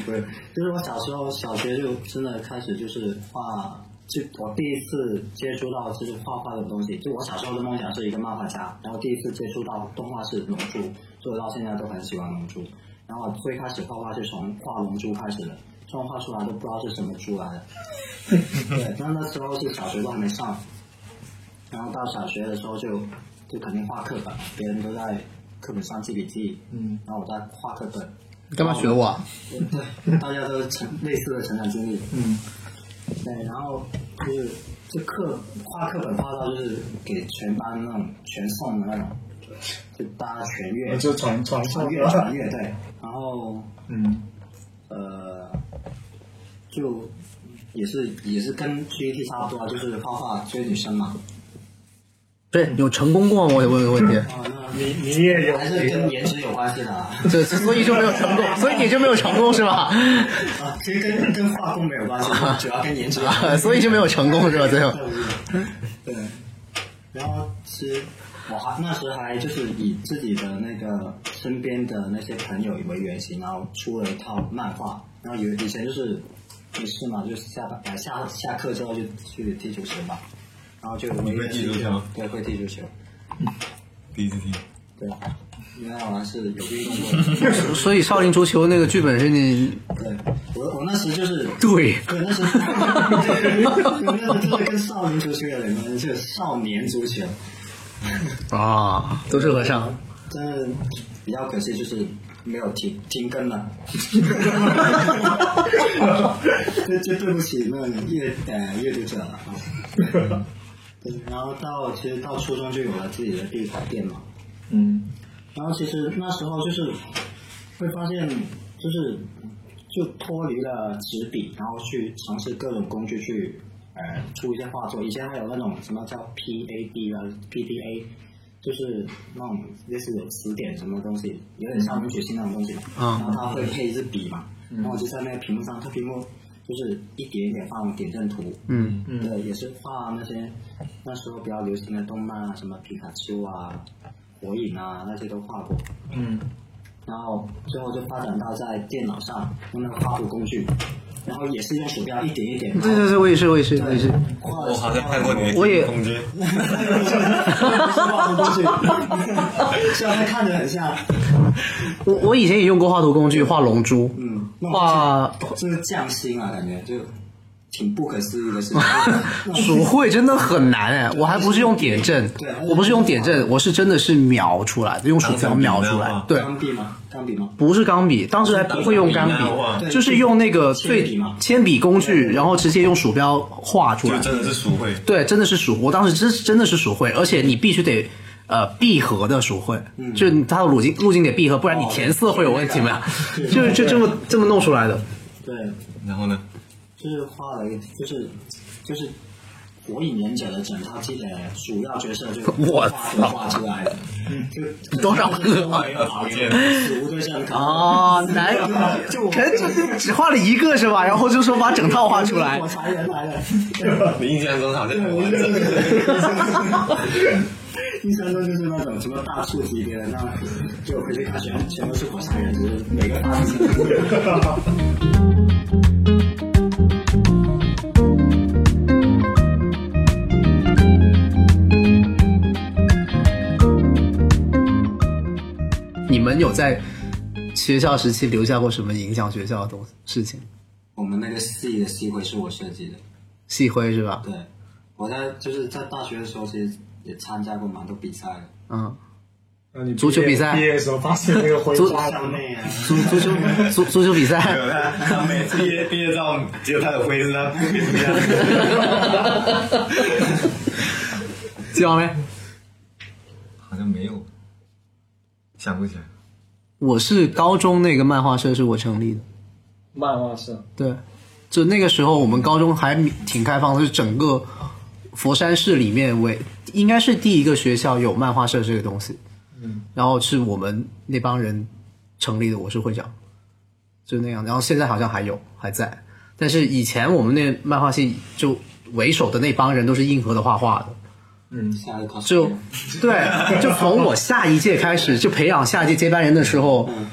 Speaker 4: 对，就是我小时候小学就真的开始就是画，就我第一次接触到就是画画这种东西。就我小时候的梦想是一个漫画家，然后第一次接触到动画是《龙珠》，所以我到现在都很喜欢《龙珠》。然后最开始画画是从画《龙珠》开始的，虽然画出来都不知道是什么猪来的。对，但那时候是小学都还没上，然后到小学的时候就就肯定画课本，别人都在课本上记笔记，嗯，然后我在画课本，
Speaker 1: 干嘛学我啊？
Speaker 4: [laughs] 对，大家都成类似的成长经历，嗯，对，然后就是这课画课本画到就是给全班那种全送的那种，就大家全阅，
Speaker 2: 哦就传传
Speaker 4: 传阅传阅对，然后
Speaker 2: 嗯，
Speaker 4: 呃，就也是也是跟 GAT 差不多，就是画画追女生嘛，
Speaker 1: 对，有成功过吗？我我有问题，
Speaker 4: 啊，那
Speaker 2: 你你也有
Speaker 4: 还是跟颜值有关系的啊，
Speaker 1: 对，所以就没有成功，所以你就没有成功是吧？
Speaker 4: 啊其实跟跟画工没有关系，主要跟颜值有关系。
Speaker 1: 啊，所以就没有成功是吧？最后，
Speaker 4: [laughs] 对，然后其实我还那时还就是以自己的那个身边的那些朋友为原型，然后出了一套漫画，然后有以前就是没事嘛，就是下班呃下下课之后就去踢足球嘛，然后就
Speaker 5: 你会踢足球
Speaker 4: 对，会踢足球，
Speaker 5: 第一次听，
Speaker 4: 对，因为我还是有运动过的，
Speaker 1: 所以《少林足球》那个剧本是你
Speaker 4: 对我我那时就是
Speaker 1: 对
Speaker 4: 对，那时 [laughs] 候，对那时候就是跟少林足球有点关系，就是少年足球。
Speaker 1: 啊，都是和尚。
Speaker 4: 但是比较可惜就是没有停停更了，这这对不起那个阅呃阅读者了啊。对，然后到其实到初中就有了自己的第一台电脑，
Speaker 2: 嗯
Speaker 4: 然后其实那时候就是会发现，就是就脱离了纸笔，然后去尝试各种工具去呃出一些画作。以前还有那种什么叫 PAD 啊 PDA，就是那种类似有词典什么东西，有点像文曲星那种东西嘛。
Speaker 1: 嗯
Speaker 4: 然后它会配一支笔嘛，然后我就在那个屏幕上，它屏幕就是一点一点放点阵图。
Speaker 1: 嗯，
Speaker 4: 对，也是画那些那时候比较流行的动漫啊，什么皮卡丘啊、火影啊那些都画过。
Speaker 2: 嗯
Speaker 4: 然后最后就发展到在电脑上用那个画图工具，然后也是用鼠标一点一点画
Speaker 1: 对。对对，我也是，我也是，我也是。
Speaker 4: 画
Speaker 5: 我好像看过你的
Speaker 1: 我也
Speaker 5: 空间，
Speaker 4: 画
Speaker 1: [laughs]
Speaker 4: 图工具，虽然它看着很像，
Speaker 1: 我我以前也用过画图工具画龙珠，
Speaker 4: 嗯，那种
Speaker 1: 画
Speaker 4: 就是匠心啊，感觉就挺不可思议的
Speaker 1: [laughs]
Speaker 4: 事情。 [laughs] 那种
Speaker 1: 手绘真的很难哎，我还不是用点阵
Speaker 4: 对，
Speaker 1: 我不是用点阵，我是真的是描出来的，用鼠标描
Speaker 5: 钢
Speaker 1: 出
Speaker 5: 笔
Speaker 1: 来
Speaker 5: 吗。
Speaker 1: 对，
Speaker 4: 钢笔吗？钢笔吗？
Speaker 1: 不是钢笔，当时还不会用钢
Speaker 5: 钢笔啊
Speaker 1: 笔，
Speaker 4: 对
Speaker 1: 就是用那个
Speaker 4: 铅笔
Speaker 1: 最
Speaker 4: 嘛
Speaker 1: 铅笔工具，然后直接用鼠标画出
Speaker 5: 就
Speaker 1: 来。
Speaker 5: 真的是鼠会。
Speaker 1: 对，真的是鼠，我当时真真的是鼠会，而且你必须得。呃，闭合的鼠会，
Speaker 4: 嗯
Speaker 1: 就是它的路径路径得闭合，不然你填色会有问题嘛。
Speaker 4: 哦
Speaker 1: 就是就这么这么弄出来的。
Speaker 4: 对，
Speaker 5: 然后呢，
Speaker 4: 就是画了一，就是就是《火影忍者》的整套积累，主要角 [laughs] 色就
Speaker 1: 我
Speaker 4: 画图画出来 [laughs] 的，嗯就
Speaker 1: 多少个啊
Speaker 4: 没有哎讨厌，啊死无对象可能
Speaker 1: 哦，难，
Speaker 4: 就我
Speaker 1: 可能就是只画了一个是吧？然后就说把整套画
Speaker 4: [laughs]
Speaker 1: 出来
Speaker 4: 我，才人来了，
Speaker 5: 你印象中好像很完整，
Speaker 4: 印象中就是那种什么大树级别的，那就回去看全全都是火柴人，就是每个发型。
Speaker 1: 你们有在学校时期留下过什么影响学校的东西事情？
Speaker 4: [laughs] 我们那个系的系徽是我设计的，
Speaker 1: 系徽是吧？
Speaker 4: 对，我在就是在大学的时候，其实也参加过蛮多比赛的。
Speaker 1: 嗯，
Speaker 2: 那你毕业
Speaker 1: 足球比赛
Speaker 2: 毕业的时候发现那个
Speaker 1: [laughs]
Speaker 2: 徽
Speaker 1: 足
Speaker 2: 章，
Speaker 4: 校内啊，
Speaker 1: 足足球足足球比 [laughs] 赛，
Speaker 5: 有他 [laughs] 他每次毕业毕业照只有他的徽是他不一样。
Speaker 1: 记王嘞？
Speaker 5: 好像没有，想不起来。
Speaker 1: 我是高中那个漫画社是我成立的，
Speaker 2: 漫画社，
Speaker 1: 对，就那个时候我们高中还挺开放的，就是整个佛山市里面为应该是第一个学校有漫画社这个东西，嗯，然后是我们那帮人成立的，我是会长，就那样，然后现在好像还有还在，但是以前我们那漫画系就为首的那帮人都是硬核的画画的，
Speaker 4: 下一个
Speaker 1: 就对，就从我下一届开始就培养下一届接班人的时候，
Speaker 3: 嗯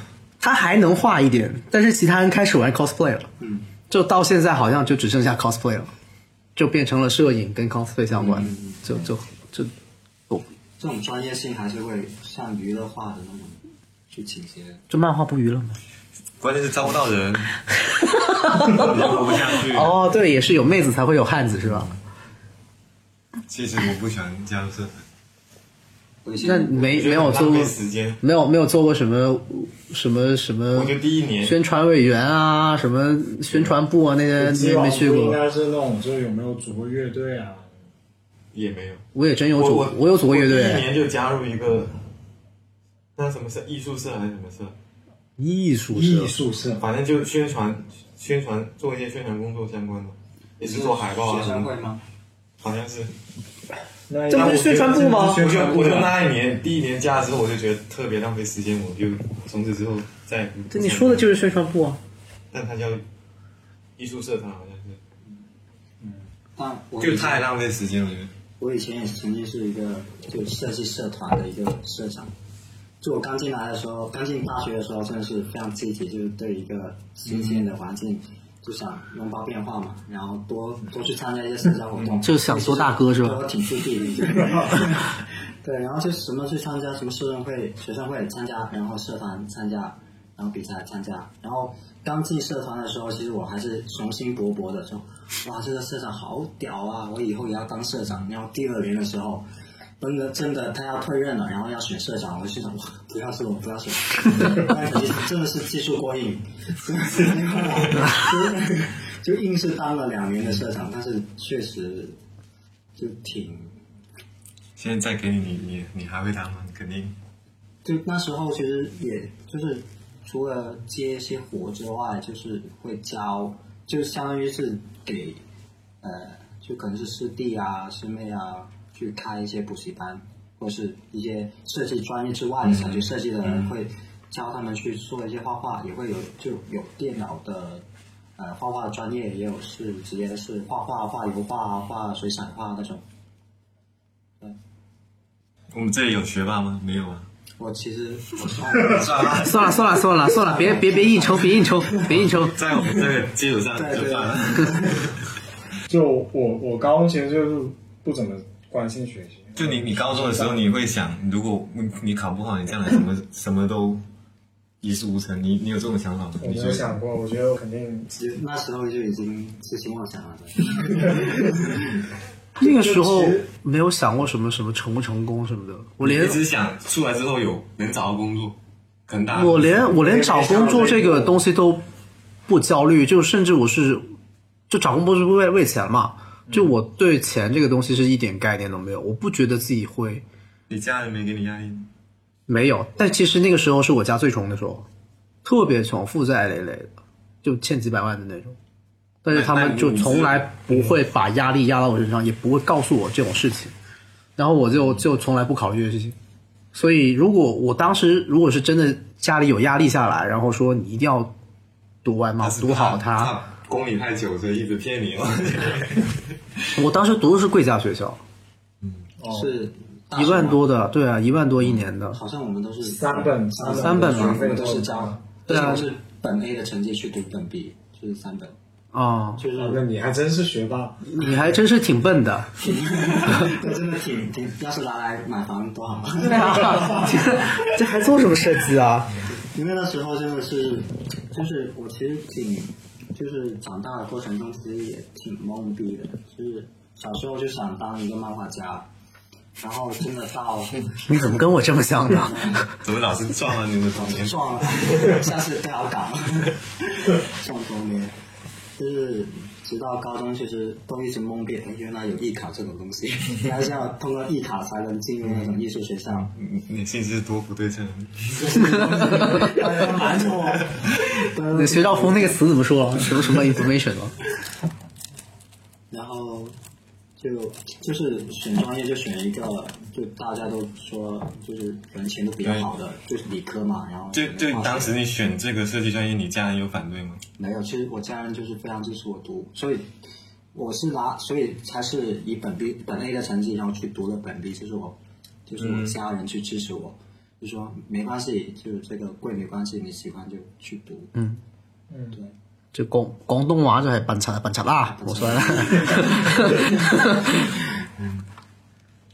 Speaker 1: 他还能画一点，但是其他人开始玩 cosplay 了，
Speaker 3: 嗯
Speaker 1: 就到现在好像就只剩下 cosplay 了，就变成了摄影跟 cosplay 相关，
Speaker 3: 嗯
Speaker 1: 就就就
Speaker 4: 这种专业性还是会像娱乐化的那种去倾斜。
Speaker 1: 就漫画不娱乐嘛。
Speaker 5: 关键是招不到
Speaker 1: [laughs]
Speaker 5: 人，也活不下去。
Speaker 1: 哦，对，也是有妹子才会有汉子是吧？
Speaker 5: 其实我不喜欢加入社团，我以前
Speaker 1: 那没没有
Speaker 3: 我觉得
Speaker 1: 做
Speaker 3: 很
Speaker 1: 过
Speaker 3: 浪费时间。
Speaker 1: 没有没有做过什么什么什么
Speaker 3: 我觉得第一年
Speaker 1: 宣传委员啊，什么宣传部啊那些
Speaker 2: 基
Speaker 1: 没
Speaker 2: 本
Speaker 1: 没去
Speaker 2: 上应
Speaker 1: 过。
Speaker 2: 该是那种，就是有没有组过乐队啊？
Speaker 3: 也没有，
Speaker 1: 我也真有
Speaker 3: 我
Speaker 1: 组，
Speaker 3: 我
Speaker 1: 我有组过乐
Speaker 3: 我第一
Speaker 1: 队，
Speaker 3: 年就加入一个那什么社，艺术社还是什么社，
Speaker 1: 艺术
Speaker 2: 艺
Speaker 1: 社
Speaker 2: 术社，
Speaker 3: 反正就宣传宣传做一些宣传工作相关的，也是做海报啊
Speaker 4: 学
Speaker 3: 什
Speaker 4: 生
Speaker 3: 么
Speaker 4: 会
Speaker 3: 的，
Speaker 4: 吗？
Speaker 3: 好像是。
Speaker 2: 那
Speaker 1: 这不是宣传部吗
Speaker 3: 我
Speaker 2: 宣
Speaker 3: 就
Speaker 2: 传部
Speaker 3: 我就
Speaker 2: 啊
Speaker 3: 那一年第一年假之后，我就觉得特别浪费时间，我就从此之后再也不。，
Speaker 1: 对，你说的就是是宣传部啊。
Speaker 3: 但它叫艺术社团，好像是
Speaker 4: 但我
Speaker 5: 就太浪费时间了，我觉得。
Speaker 4: 我以前也曾经是一个就设计社团的一个社长，就我刚进来的时候，刚进大学的时候，真的是非常积极，就是对一个新鲜的环境就想拥抱变化嘛，然后多多去参加一些社交活动，
Speaker 1: 嗯就想做大哥是吧
Speaker 4: 多挺出地的。对，然后就什么去参加什么社政会、学生会参加，然后社团参加，然后比赛参加。然后刚进社团的时候，其实我还是雄心勃勃的，说哇，这个社长好屌啊，我以后也要当社长。然后第二年的时候。真的真的，他要退任了，然后要选社长，我就心想哇，不要是我，不要是我，但其实真的是技术过硬，真的是没办法就就硬是当了两年的社长，但是确实就挺
Speaker 5: 现在再给你，你你你还会当吗？你肯定
Speaker 4: 就那时候其实也就是除了接一些活之外，就是会教，就相当于是给呃，就可能是师弟啊、师妹啊去开一些补习班，或者是一些设计专业之外的小学设计的人会教他们去做一些画画，也会有就有电脑的。呃，画画专业也有是直接是画画、画油画、啊画水彩画那种。
Speaker 5: 我们这里有学霸吗？没有啊。
Speaker 4: 我其实我算了
Speaker 5: 算了，
Speaker 1: 啊算了算了算了算了，别别别硬撑，别硬撑，别硬撑。
Speaker 5: 在我们这
Speaker 2: [laughs]
Speaker 5: 个基础上
Speaker 4: 对
Speaker 5: 就
Speaker 2: 啊
Speaker 4: 对
Speaker 5: 算了。
Speaker 2: 就我我高中其实就是不怎么关心学习，
Speaker 5: 就你你高中的时候，你会想，如果你你考不好，你将来什么什么都一事无成，你你有这种想法吗？你
Speaker 2: 我没
Speaker 5: 觉
Speaker 2: 有
Speaker 5: 得
Speaker 2: 想过，我觉得我肯定
Speaker 4: 其实那时候就已经痴心妄想了。
Speaker 1: 那个时候没有想过什么什么成不成功什么的，我连
Speaker 5: 一直想出来之后有能找到工作，很大。
Speaker 1: 我连我连找工作这个东西都不焦虑，就甚至我是就找工作是为为钱嘛，就我对钱这个东西是一点概念都没有，我不觉得自己会
Speaker 5: 你家人没给你压力
Speaker 1: 啊
Speaker 5: 吗，
Speaker 1: 没有。但其实那个时候是我家最穷的时候，特别穷，负债累累的，就欠几百万的那种。但是他
Speaker 5: 那
Speaker 1: 们
Speaker 5: 你
Speaker 1: 就从来不会把压力压到我身上，也不会告诉我这种事情，然后我就就从来不考虑这些事情。所以，如果我当时如果是真的家里有压力下来，然后说你一定要读外贸
Speaker 5: 他，是
Speaker 1: 读
Speaker 5: 怕
Speaker 1: 好它，
Speaker 5: 怕功里太久，所以一直骗你哦。 [laughs]
Speaker 1: 我当时读的是贵价学校，
Speaker 4: 是
Speaker 1: 哦一万，多的，对啊，一万多一年的，
Speaker 4: 好像我们都是
Speaker 2: 三本
Speaker 1: 三本
Speaker 4: 我
Speaker 1: 嘛
Speaker 4: 们都是交，
Speaker 1: 对啊
Speaker 4: 而且都是本 A 的成绩去读本 B，就是三本，
Speaker 1: 啊、
Speaker 4: 就是
Speaker 2: 哦那你还真是学霸，
Speaker 1: 你还真是挺笨
Speaker 5: [laughs]
Speaker 1: 的， [laughs]
Speaker 4: 这 [laughs] 真的挺挺，要是拿来买房多好。
Speaker 1: 啊这这还做什么设计啊？
Speaker 4: [laughs] 因为那时候真的是，就是我其实挺，就是长大的过程中其实也挺懵逼的，就是小时候就想当一个漫画家，然后真的到。
Speaker 1: 你怎么跟我这么
Speaker 5: [laughs]
Speaker 1: 像呢？
Speaker 5: 怎么老是撞到你们童
Speaker 2: [laughs]
Speaker 5: 年？
Speaker 4: 撞了， [laughs] 下次不要搞，撞多年。就是直到高中，其实都一直懵逼，哎原来有艺考这种东西，原来是要通过艺考才能进入那种艺术学校。
Speaker 5: 你你信息多不对称。
Speaker 4: 难着
Speaker 1: 那
Speaker 4: 我。
Speaker 1: 学校风那个词怎么说？什么什么 information 吗？
Speaker 4: 然后就就是选专业就选一个，就大家都说就是可能前途比较好的，就是理科嘛。然后
Speaker 5: 就就
Speaker 4: 化学
Speaker 5: 当时你选这个设计专业，你家人有反对吗？
Speaker 4: 没有，其实我家人就是非常支持我读，所以我是拿，所以才是以本 B 本 A 的成绩，然后去读了本 B，就是我，就是我家人去支持我，就说没关系，就是这个贵没关系，你喜欢就去读。
Speaker 1: 嗯
Speaker 2: 嗯
Speaker 4: 对，
Speaker 1: 就广广东话就係笨柒笨柒啦，我说
Speaker 5: [laughs]
Speaker 1: 啦。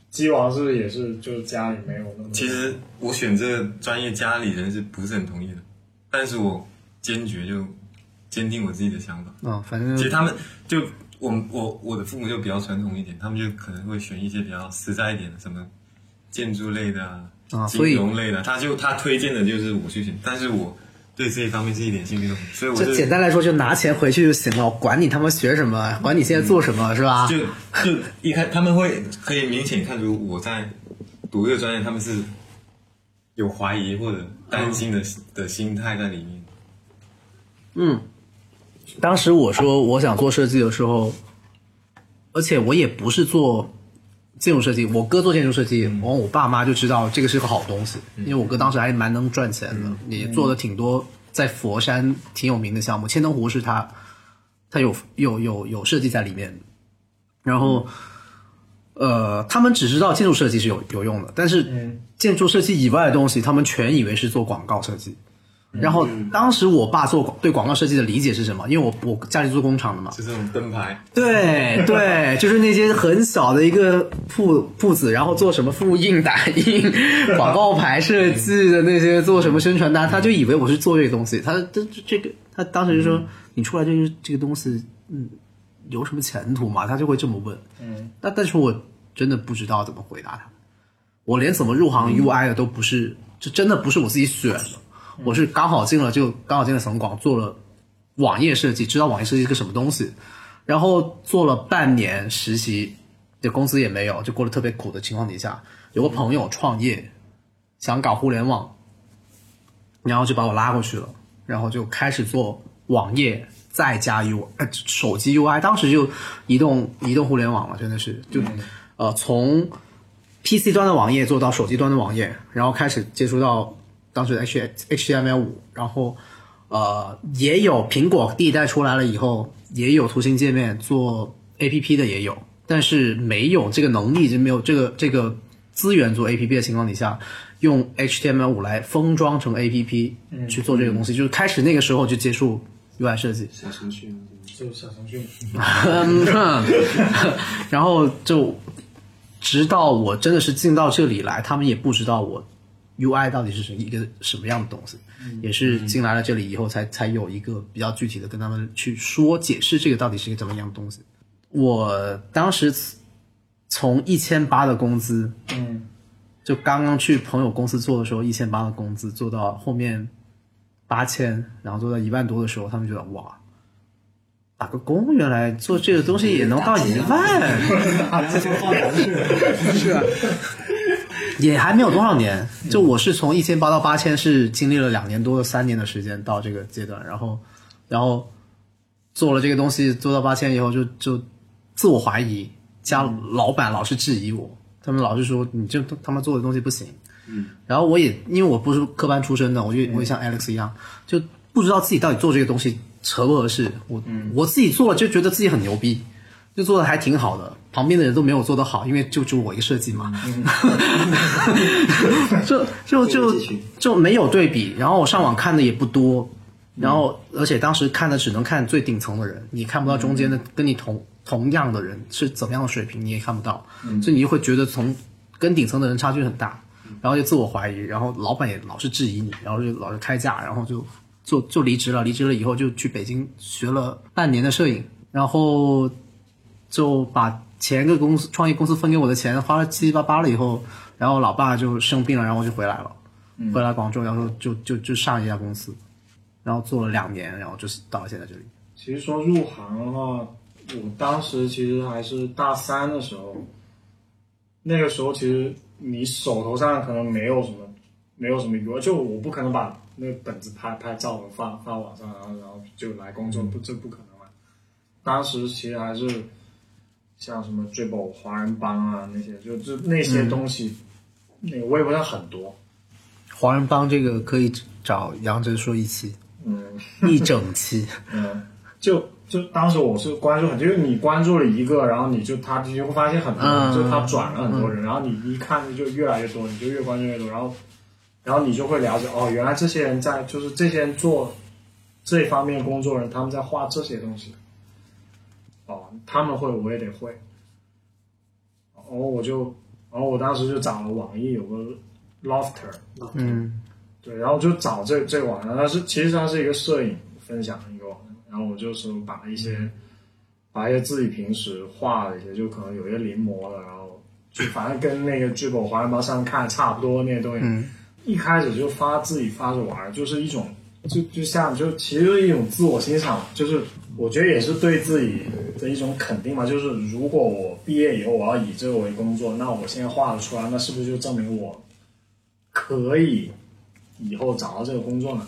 Speaker 2: 鸡王是不是也是就是家里没有那么
Speaker 5: 其实我选这个专业，家里人是不是很同意的？但是我坚决就坚定我自己的想法。
Speaker 1: 嗯，反正
Speaker 5: 其实他们就我我我的父母就比较传统一点，他们就可能会选一些比较实在一点的，什么建筑类的啊
Speaker 1: 啊所以
Speaker 5: 金融类的，他就他推荐的就是我去选，但是我对这一方面是一点兴趣都没有，所以我
Speaker 1: 就
Speaker 5: 就
Speaker 1: 简单来说，就拿钱回去就行了，管你他妈学什么，管你现在做什么，是吧？
Speaker 5: 就就一开他们会可以明显看出我在读这个专业，他们是有怀疑或者担心的、的心态在里面。
Speaker 1: 嗯，当时我说我想做设计的时候，而且我也不是做建筑设计，我哥做建筑设计，然后我爸妈就知道这个是个好东西，因为我哥当时还蛮能赚钱的，也做了挺多在佛山挺有名的项目，千灯湖是他，他有有有有设计在里面，然后。呃，他们只知道建筑设计是有有用的，但是建筑设计以外的东西，他们全以为是做广告设计。然后当时我爸做广对广告设计的理解是什么？因为我我家里做工厂的嘛，
Speaker 5: 就这种灯牌，
Speaker 1: 对对，就是那些很小的一个铺铺子，然后做什么复印、打印、广告牌设计的那些，做什么宣传单，他就以为我是做这个东西。他这这这个，他当时就说：“你出来这个这个东西，嗯，有什么前途吗？”他就会这么问。嗯，那但是我真的不知道怎么回答他。我连怎么入行 UI 的都不是，这真的不是我自己选的，我是刚好进了就刚好进了省广做了网页设计，知道网页设计是个什么东西，然后做了半年实习，这工资也没有，就过得特别苦的情况底下，有个朋友创业，想搞互联网，然后就把我拉过去了，然后就开始做网页，再加 U 呃手机 UI，当时就移动移动互联网了，真的是就、呃从 PC 端的网页做到手机端的网页，然后开始接触到当时的 H HTML 五，然后呃也有苹果第一代出来了以后，也有图形界面做 APP 的也有，但是没有这个能力，就没有这个这个资源做 APP 的情况底下，用 HTML 五来封装成 APP 去做这个东西，就是开始那个时候就接触 UI 设计，
Speaker 5: 小程序啊
Speaker 2: 就小程序，
Speaker 1: [laughs] 然后就直到我真的是进到这里来，他们也不知道我 UI 到底是一个什么样的东西，也是进来了这里以后才才有一个比较具体的跟他们去说解释这个到底是一个怎么样的东西。我当时从一千八的工资，
Speaker 2: 嗯，
Speaker 1: 就刚刚去朋友公司做的时候，一千八的工资做到后面八千，然后做到一万多的时候，他们觉得哇，打个工原来做这个东西也能到一万，
Speaker 4: 然后就放羊去了。
Speaker 1: [laughs] 是啊，也还没有多少年。就我是从一千八到八千，是经历了两年多、三年的时间到这个阶段，然后，然后做了这个东西，做到八千以后就，就自我怀疑，加老板老是质疑我，他们老是说你这他妈做的东西不行。嗯，然后我也因为我不是科班出身的，我就我也像 Alex 一样，就不知道自己到底做这个东西合不合适。我、我自己做了就觉得自己很牛逼，就做的还挺好的，旁边的人都没有做得好，因为就只有我一个设计嘛， [laughs] 就就就
Speaker 4: 继续
Speaker 1: 就没有对比。然后我上网看的也不多，然后而且当时看的只能看最顶层的人，你看不到中间的跟你同同样的人是怎么样的水平，你也看不到，所以你就会觉得从跟顶层的人差距很大，然后就自我怀疑，然后老板也老是质疑你，然后就老是开价，然后就就就离职了。离职了以后就去北京学了半年的摄影，然后就把前一个公司创业公司分给我的钱花了七七八八了以后，然后老爸就生病了，然后我就回来了，回来广州，然后就就就上一家公司，然后做了两年，然后就是到了现在这里。
Speaker 2: 其实说入行的话，我当时其实还是大三的时候，那个时候其实你手头上可能没有什么，没有什么余额，就我不可能把那个本子拍拍照发发网上，然后然后就来工作，不这不可能嘛。当时其实还是像什么 Dribble、华人帮啊那些，就就那些东西，那个微博上很多，
Speaker 1: 华人帮这个可以找杨哲说一期，
Speaker 2: 嗯。
Speaker 1: 一整期。 [laughs]
Speaker 2: 嗯，就就当时我是关注很，就是你关注了一个，然后你就他就会发现很多人，
Speaker 1: 嗯
Speaker 2: 就他转了很多人，然后你一看就越来越多，你就越关注越多，然后然后你就会了解哦，原来这些人在就是这些人做这方面工作人，他们在画这些东西，哦，他们会我也得会，然后我就然后我当时就找了网易有个 Lofter，
Speaker 1: 嗯
Speaker 2: 对，然后就找这这网站，它是其实它是一个摄影分享的一个网站，然后我就是把一些、把一些自己平时画的一些，就可能有一些临摹了，然后就反正跟那个剧本《华人帮》上看差不多那些东西，一开始就发自己发着玩儿，就是一种就就像就其实就是一种自我欣赏，就是我觉得也是对自己的一种肯定嘛。就是如果我毕业以后我要以这个为工作，那我现在画的出来，那是不是就证明我可以以后找到这个工作呢？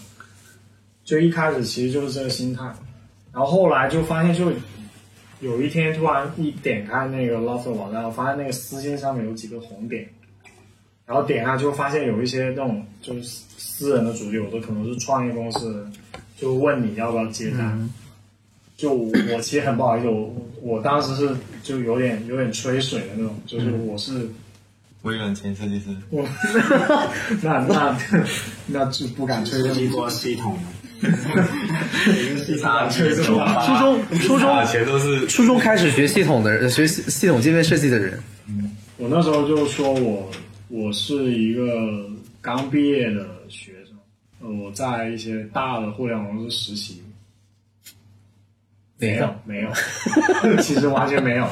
Speaker 2: 就一开始其实就是这个心态，然后后来就发现就有一天突然一点开那个 Lofter 网站，我发现那个私信上面有几个红点，然后点开就发现有一些那种就是私人的主题，有的可能是创业公司，就问你要不要接单。就我其实很不好意思，我我当时是就有点有点吹水的那种，就是我是。
Speaker 5: 微软前设计师，
Speaker 2: 我 [laughs] 那那那就不敢吹
Speaker 4: 设
Speaker 2: 了。
Speaker 4: 计过系统，
Speaker 5: 他吹这么
Speaker 1: 初中初中
Speaker 5: 以前啊都是
Speaker 1: [laughs] 初中开始学系统的人，学系系统界面设计的人， [laughs]
Speaker 2: 我那时候就说我我是一个刚毕业的学生，呃，我在一些大的互联网公司实习，
Speaker 1: 哪
Speaker 2: 没有
Speaker 1: 个？
Speaker 2: 没有， [laughs] 其实完全没有，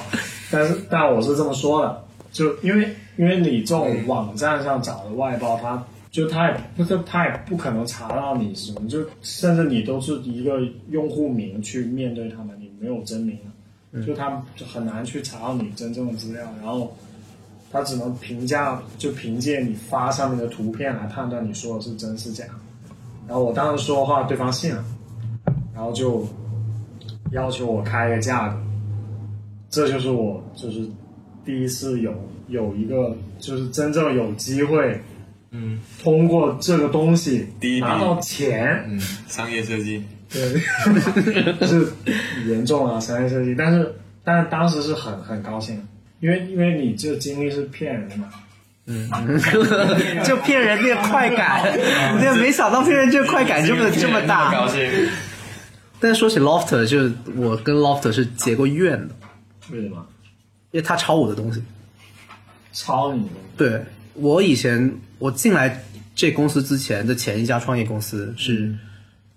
Speaker 2: 但是但我是这么说的，就因为因为你这种网站上找的外包，他就他也不是他也不可能查到你什么，就甚至你都是一个用户名去面对他们，你没有真名啊，就他们就很难去查到你真正的资料，然后他只能评价，就凭借你发上面的图片来判断你说的是真是假。然后我当时说的话，对方信了，然后就要求我开一个价格，这就是我就是第一次有有一个就是真正有机会，
Speaker 5: 嗯，
Speaker 2: 通过这个东西
Speaker 5: 第一笔
Speaker 2: 拿到钱，
Speaker 5: 嗯商业设计，
Speaker 2: 对，是严重啊，商业设计。但是，但是当时是很很高兴，因为因为你这经历是骗人的嘛，
Speaker 1: 就骗人这快感，对，没想到骗人这快感这么这么大。
Speaker 5: 高兴，
Speaker 1: 但是说起 Lofter，就是我跟 Lofter 是结过怨的，
Speaker 2: 为什么？
Speaker 1: 因为他抄我的东西。
Speaker 2: 抄你的，
Speaker 1: 对我以前我进来这公司之前的前一家创业公司
Speaker 2: 嗯
Speaker 1: 是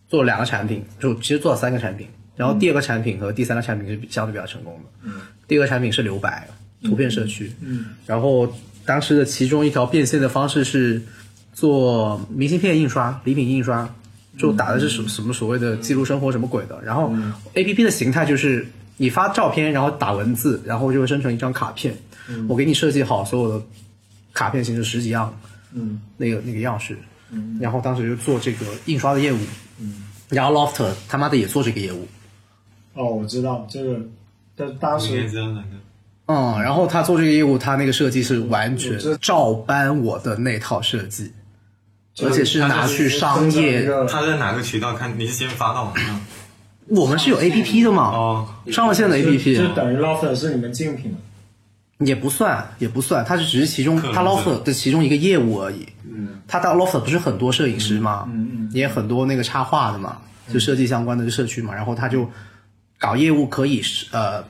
Speaker 1: 做两个产品，就其实做了三个产品，然
Speaker 2: 嗯
Speaker 1: 后第二个产品和第三个产品是比相对比较成功的。嗯，第二个产品是留白图片社区，
Speaker 2: 嗯，
Speaker 1: 然后当时的其中一条变现的方式是做明信片印刷、礼品印刷，就打的是
Speaker 2: 嗯
Speaker 1: 什什么所谓的记录生活什么鬼的。然后 A P P 的形态就是你发照片，然后打文字，然后就会生成一张卡片。
Speaker 2: 嗯
Speaker 1: 我给你设计好所有的卡片形成十几样，
Speaker 2: 嗯，
Speaker 1: 那个那个样式，然后当时就做这个印刷的业务，
Speaker 2: 嗯
Speaker 1: 然后 Lofter 他妈的也做这个业务，
Speaker 2: 哦，我知道这个，但当
Speaker 5: 我也
Speaker 2: 时
Speaker 5: 知道哪个，
Speaker 1: 嗯，然后他做这个业务，他那个设计是完全
Speaker 2: 我知道
Speaker 1: 照搬我的那套设计，而且是拿去商
Speaker 2: 一
Speaker 1: 业，
Speaker 2: 个
Speaker 5: 他在哪个渠道看？你是先发到网上？
Speaker 1: 我们是有 A P P 的嘛，
Speaker 5: 哦，
Speaker 1: 上了线的 A P
Speaker 2: 就就
Speaker 1: P
Speaker 2: 等于 Lofter 是你们竞品了，
Speaker 1: 也不算也不算，它是只是其中
Speaker 5: 客人
Speaker 1: 它
Speaker 5: 是
Speaker 1: Lofter 的其中一个业务而已，
Speaker 2: 嗯，
Speaker 1: 他到 Loft 不是很多摄影师嘛，
Speaker 2: 嗯嗯
Speaker 1: 也很多那个插画的嘛，就设计相关的社区嘛，然后他就搞业务可以是呃，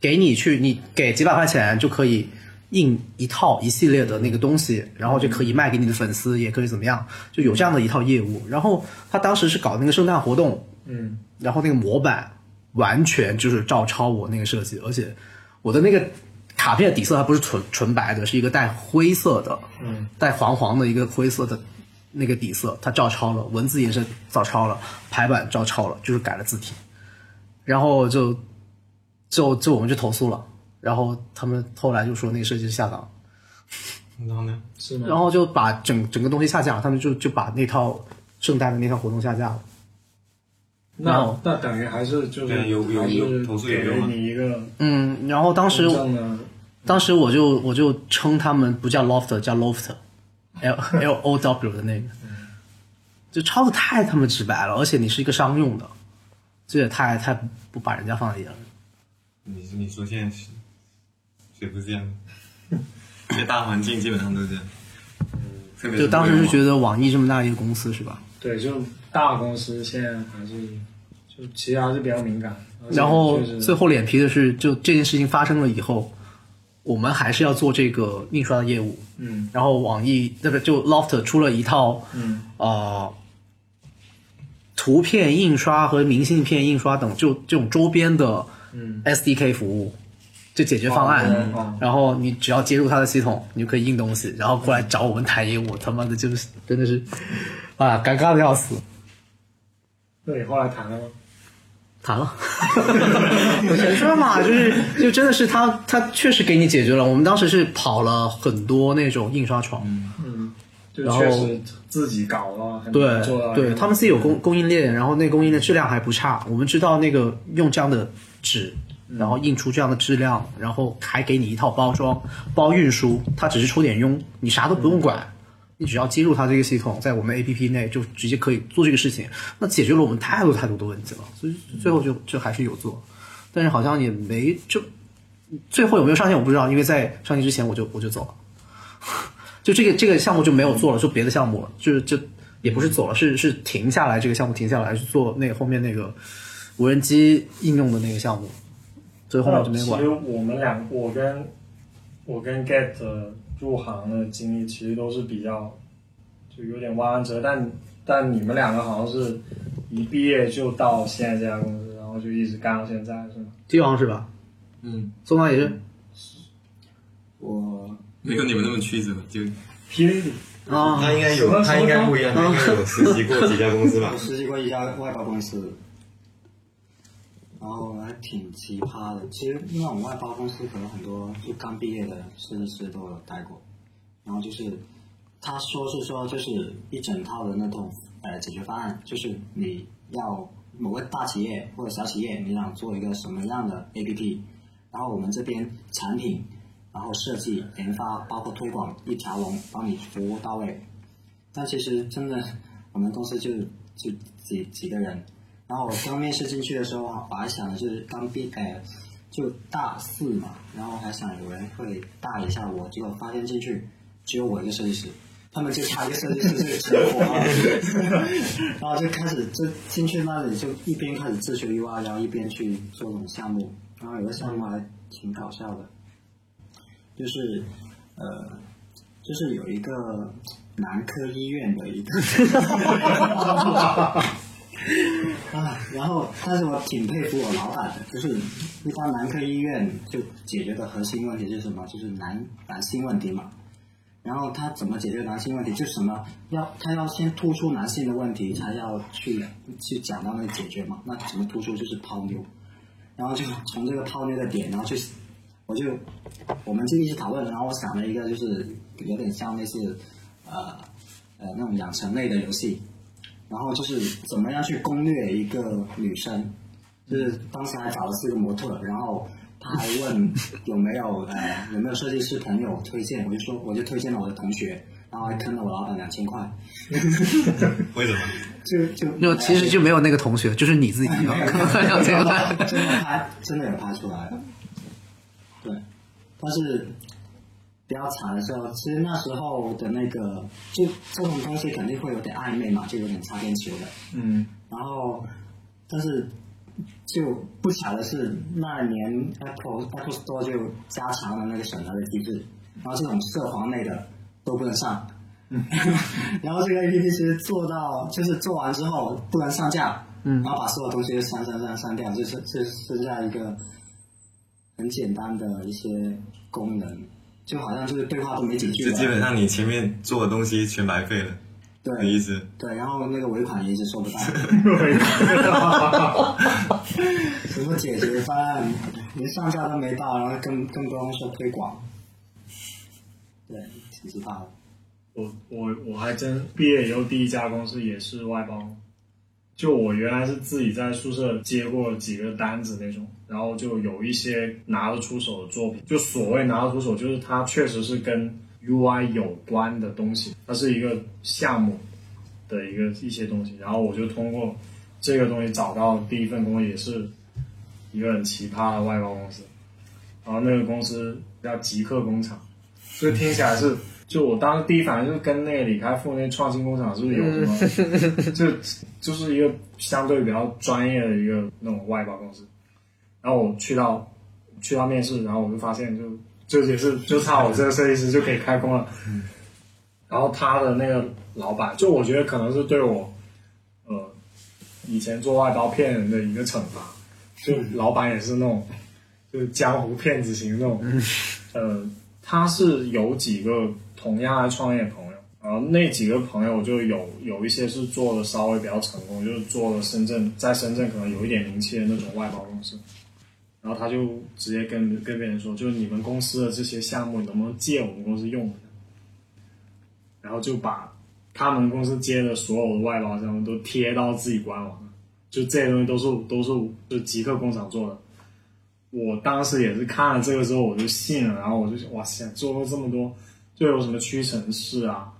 Speaker 1: 给你去你给几百块钱就可以印一套一系列的那个东西，然后就
Speaker 2: 嗯
Speaker 1: 可以卖给你的粉丝，也可以怎么样，就有这样的一套业务。然后他当时是搞那个圣诞活动，
Speaker 2: 嗯，
Speaker 1: 然后那个模板完全就是照抄我那个设计，而且我的那个卡片的底色它不是纯纯白的，是一个带灰色的，
Speaker 2: 嗯，
Speaker 1: 带黄黄的一个灰色的那个底色，它照抄了，文字也是照抄了，排版照抄了，就是改了字体，然后就就就我们就投诉了，然后他们后来就说那个设计师下岗，
Speaker 5: 然后呢？
Speaker 2: 是吗？
Speaker 1: 然后就把整整个东西下架了，他们就就把那套圣诞的那套活动下架了。然
Speaker 2: 那
Speaker 1: 后
Speaker 2: 那等于还是就是
Speaker 5: 对有有
Speaker 2: 还是
Speaker 5: 有投诉有
Speaker 2: 给
Speaker 5: 用
Speaker 2: 了
Speaker 5: 吗
Speaker 2: 你一个
Speaker 1: 嗯，然后当时
Speaker 2: 真正的
Speaker 1: 当时我就我就称他们不叫 loft 叫 loft，L L O W 的那个，就抄的太他妈直白了，而且你是一个商用的，这也太太不把人家放在眼里。
Speaker 5: 你你说现在谁谁不是这样？ [laughs] 这大环境基本上都是这样，特别是
Speaker 1: 就当时
Speaker 5: 互联网
Speaker 1: 就觉得网易这么大一个公司是吧？
Speaker 2: 对，就大公司现在还是就其实还是比较敏感。而且
Speaker 1: 然后
Speaker 2: 确实
Speaker 1: 最厚脸皮的是，就这件事情发生了以后，我们还是要做这个印刷的业务。
Speaker 2: 嗯
Speaker 1: 然后网易那个就 Loft 出了一套
Speaker 2: 嗯
Speaker 1: 呃，图片印刷和明信片印刷等就这种周边的 SDK 服务，就解决方案，
Speaker 2: 哦
Speaker 1: 然后你只要接入他的系统，你就可以印东西，然后过来找我们谈业务，他妈的就是真的是啊，尴尬的要死。
Speaker 2: 那你后来谈了吗？
Speaker 1: 谈了， [laughs] 有钱赚 [laughs] 嘛，就是就真的是他他确实给你解决了。我们当时是跑了很多那种印刷厂，
Speaker 2: 就
Speaker 1: 然后
Speaker 2: 确实自己搞了，很
Speaker 1: 对
Speaker 2: 做到嗯
Speaker 1: 对，他们自己有供供应链，然后那供应链质量还不差。我们知道那个用这样的纸，
Speaker 2: 嗯
Speaker 1: 然后印出这样的质量，然后还给你一套包装、包运输，它只是出点佣，你啥都不用
Speaker 2: 嗯
Speaker 1: 管。你只要接入它这个系统，在我们 A P P 内就直接可以做这个事情，那解决了我们太多太多的问题了，所以最后就就还是有做，但是好像也没就最后有没有上线我不知道，因为在上线之前我就我就走了。就这个这个项目就没有做了，就别的项目了，就是就也不是走了，是是停下来这个项目停下来去做那个后面那个无人机应用的那个项目，所以后面我就没
Speaker 2: 其
Speaker 1: 管
Speaker 2: 实。我们两，我跟我跟 Get 入行的经历其实都是比较，就有点弯弯折，但但你们两个好像是一毕业就到现在这家公司，然后就一直干到现在，是吗？
Speaker 1: 帝王是吧？
Speaker 5: 嗯，
Speaker 1: 宋刚也是
Speaker 4: 我
Speaker 5: 没有你们那么曲折，就
Speaker 2: 霹
Speaker 1: 啊
Speaker 3: 他应该
Speaker 2: 什
Speaker 3: 有，
Speaker 2: 么
Speaker 3: 他应该不一
Speaker 1: 哦
Speaker 3: 样，他应该有实习过几家公司吧
Speaker 1: [laughs]
Speaker 4: 我？实习过一家外包公司，然后还挺奇葩的。其实那种外包公司可能很多就刚毕业的设计师都有待过，然后就是他说是说就是一整套的那种呃解决方案，就是你要某个大企业或者小企业，你想做一个什么样的 APP，然后我们这边产品，然后设计、研发包括推广一条龙帮你服务到位，但其实真的，我们公司就就几几个人。然后我刚面试进去的时候，我还想的就是刚毕呃，就大四嘛，然后还想有人会带一下我，结果发现进去只有我一个设计师，他们就差一个设计师就成活了。 [laughs] 然后就开始就进去那里就一边开始自学 UI，然后一边去做这种项目。然后有个项目还挺搞笑的，就是呃，就是有一个男科医院的一个 [laughs] 啊，然后但是我挺佩服我老板的，就是一般男科医院就解决的核心问题是什么？就是男男性问题嘛。然后他怎么解决男性问题？就什么要他要先突出男性的问题，才要去去讲到那个解决嘛。那怎么突出？就是泡妞。然后就从这个泡妞的点，然后去，我就我们就一起讨论，然后我想了一个就是有点像类似呃呃那种养成类的游戏，然后就是怎么样去攻略一个女生，就是当时还找了四个模特，然后他还问有没有呃 [laughs] 有没有设计师朋友推荐，我就说我就推荐了我的同学，然后还坑了我老板两千块，
Speaker 5: 为什么？
Speaker 4: 就就哎
Speaker 1: 就其实就没有那个同学，就是你自己
Speaker 4: [laughs]
Speaker 1: [laughs]
Speaker 4: 没有，。
Speaker 1: 两千块
Speaker 4: 真的拍，真的有拍出来。对，但是比较惨的时候，其实那时候的那个，就这种东西肯定会有点暧昧嘛，就有点擦边球的。
Speaker 2: 嗯，
Speaker 4: 然后，但是就不巧的是，那年 Apple Apple Store 就加强了那个审核的机制，然后这种涉黄类的都不能上。
Speaker 5: 嗯
Speaker 4: [laughs] 然后这个 APP 其实做到，就是做完之后不能上架，嗯，然后把所有东西删删删删掉，就是就是剩下一个很简单的一些功能，就好像就是对话都没几句
Speaker 5: 就
Speaker 4: 了，
Speaker 5: 基本上你前面做的东西全白费了，的意
Speaker 4: 对
Speaker 5: 思。
Speaker 4: 对，然后那个尾款也一直收不
Speaker 5: [laughs]
Speaker 4: 到。什么解决方案，连上架都没到，然后更更不用说推广。对，挺奇葩的。
Speaker 2: 我我我还真毕业以后第一家公司也是外包，就我原来是自己在宿舍接过几个单子那种，然后就有一些拿得出手的作品，就所谓拿得出手，就是它确实是跟 UI 有关的东西，它是一个项目的一个一些东西，然后我就通过这个东西找到第一份工作，也是一个很奇葩的外包公司，然后那个公司叫极客工厂。就听起来是，就我当时第一反应就是跟那个李开复那创新工厂是不是有什么，就就是一个相对比较专业的一个那种外包公司。然后我去到去到面试，然后我就发现就就也是就差我这个设计师就可以开工了。然后他的那个老板，就我觉得可能是对我，呃，以前做外包骗人的一个惩罚。就老板也是那种就是江湖骗子型那种。呃，他是有几个同样的创业朋友，然后那几个朋友就有有一些是做的稍微比较成功，就是做了深圳，在深圳可能有一点名气的那种外包公司。然后他就直接跟跟别人说，就是你们公司的这些项目，你能不能借我们公司用一下？然后就把他们公司接的所有的外包项目都贴到自己官网上，就这些东西都是都是就极客工厂做的。我当时也是看了这个之后我就信了，然后我就想哇塞，做过这么多，就有什么屈臣氏啊，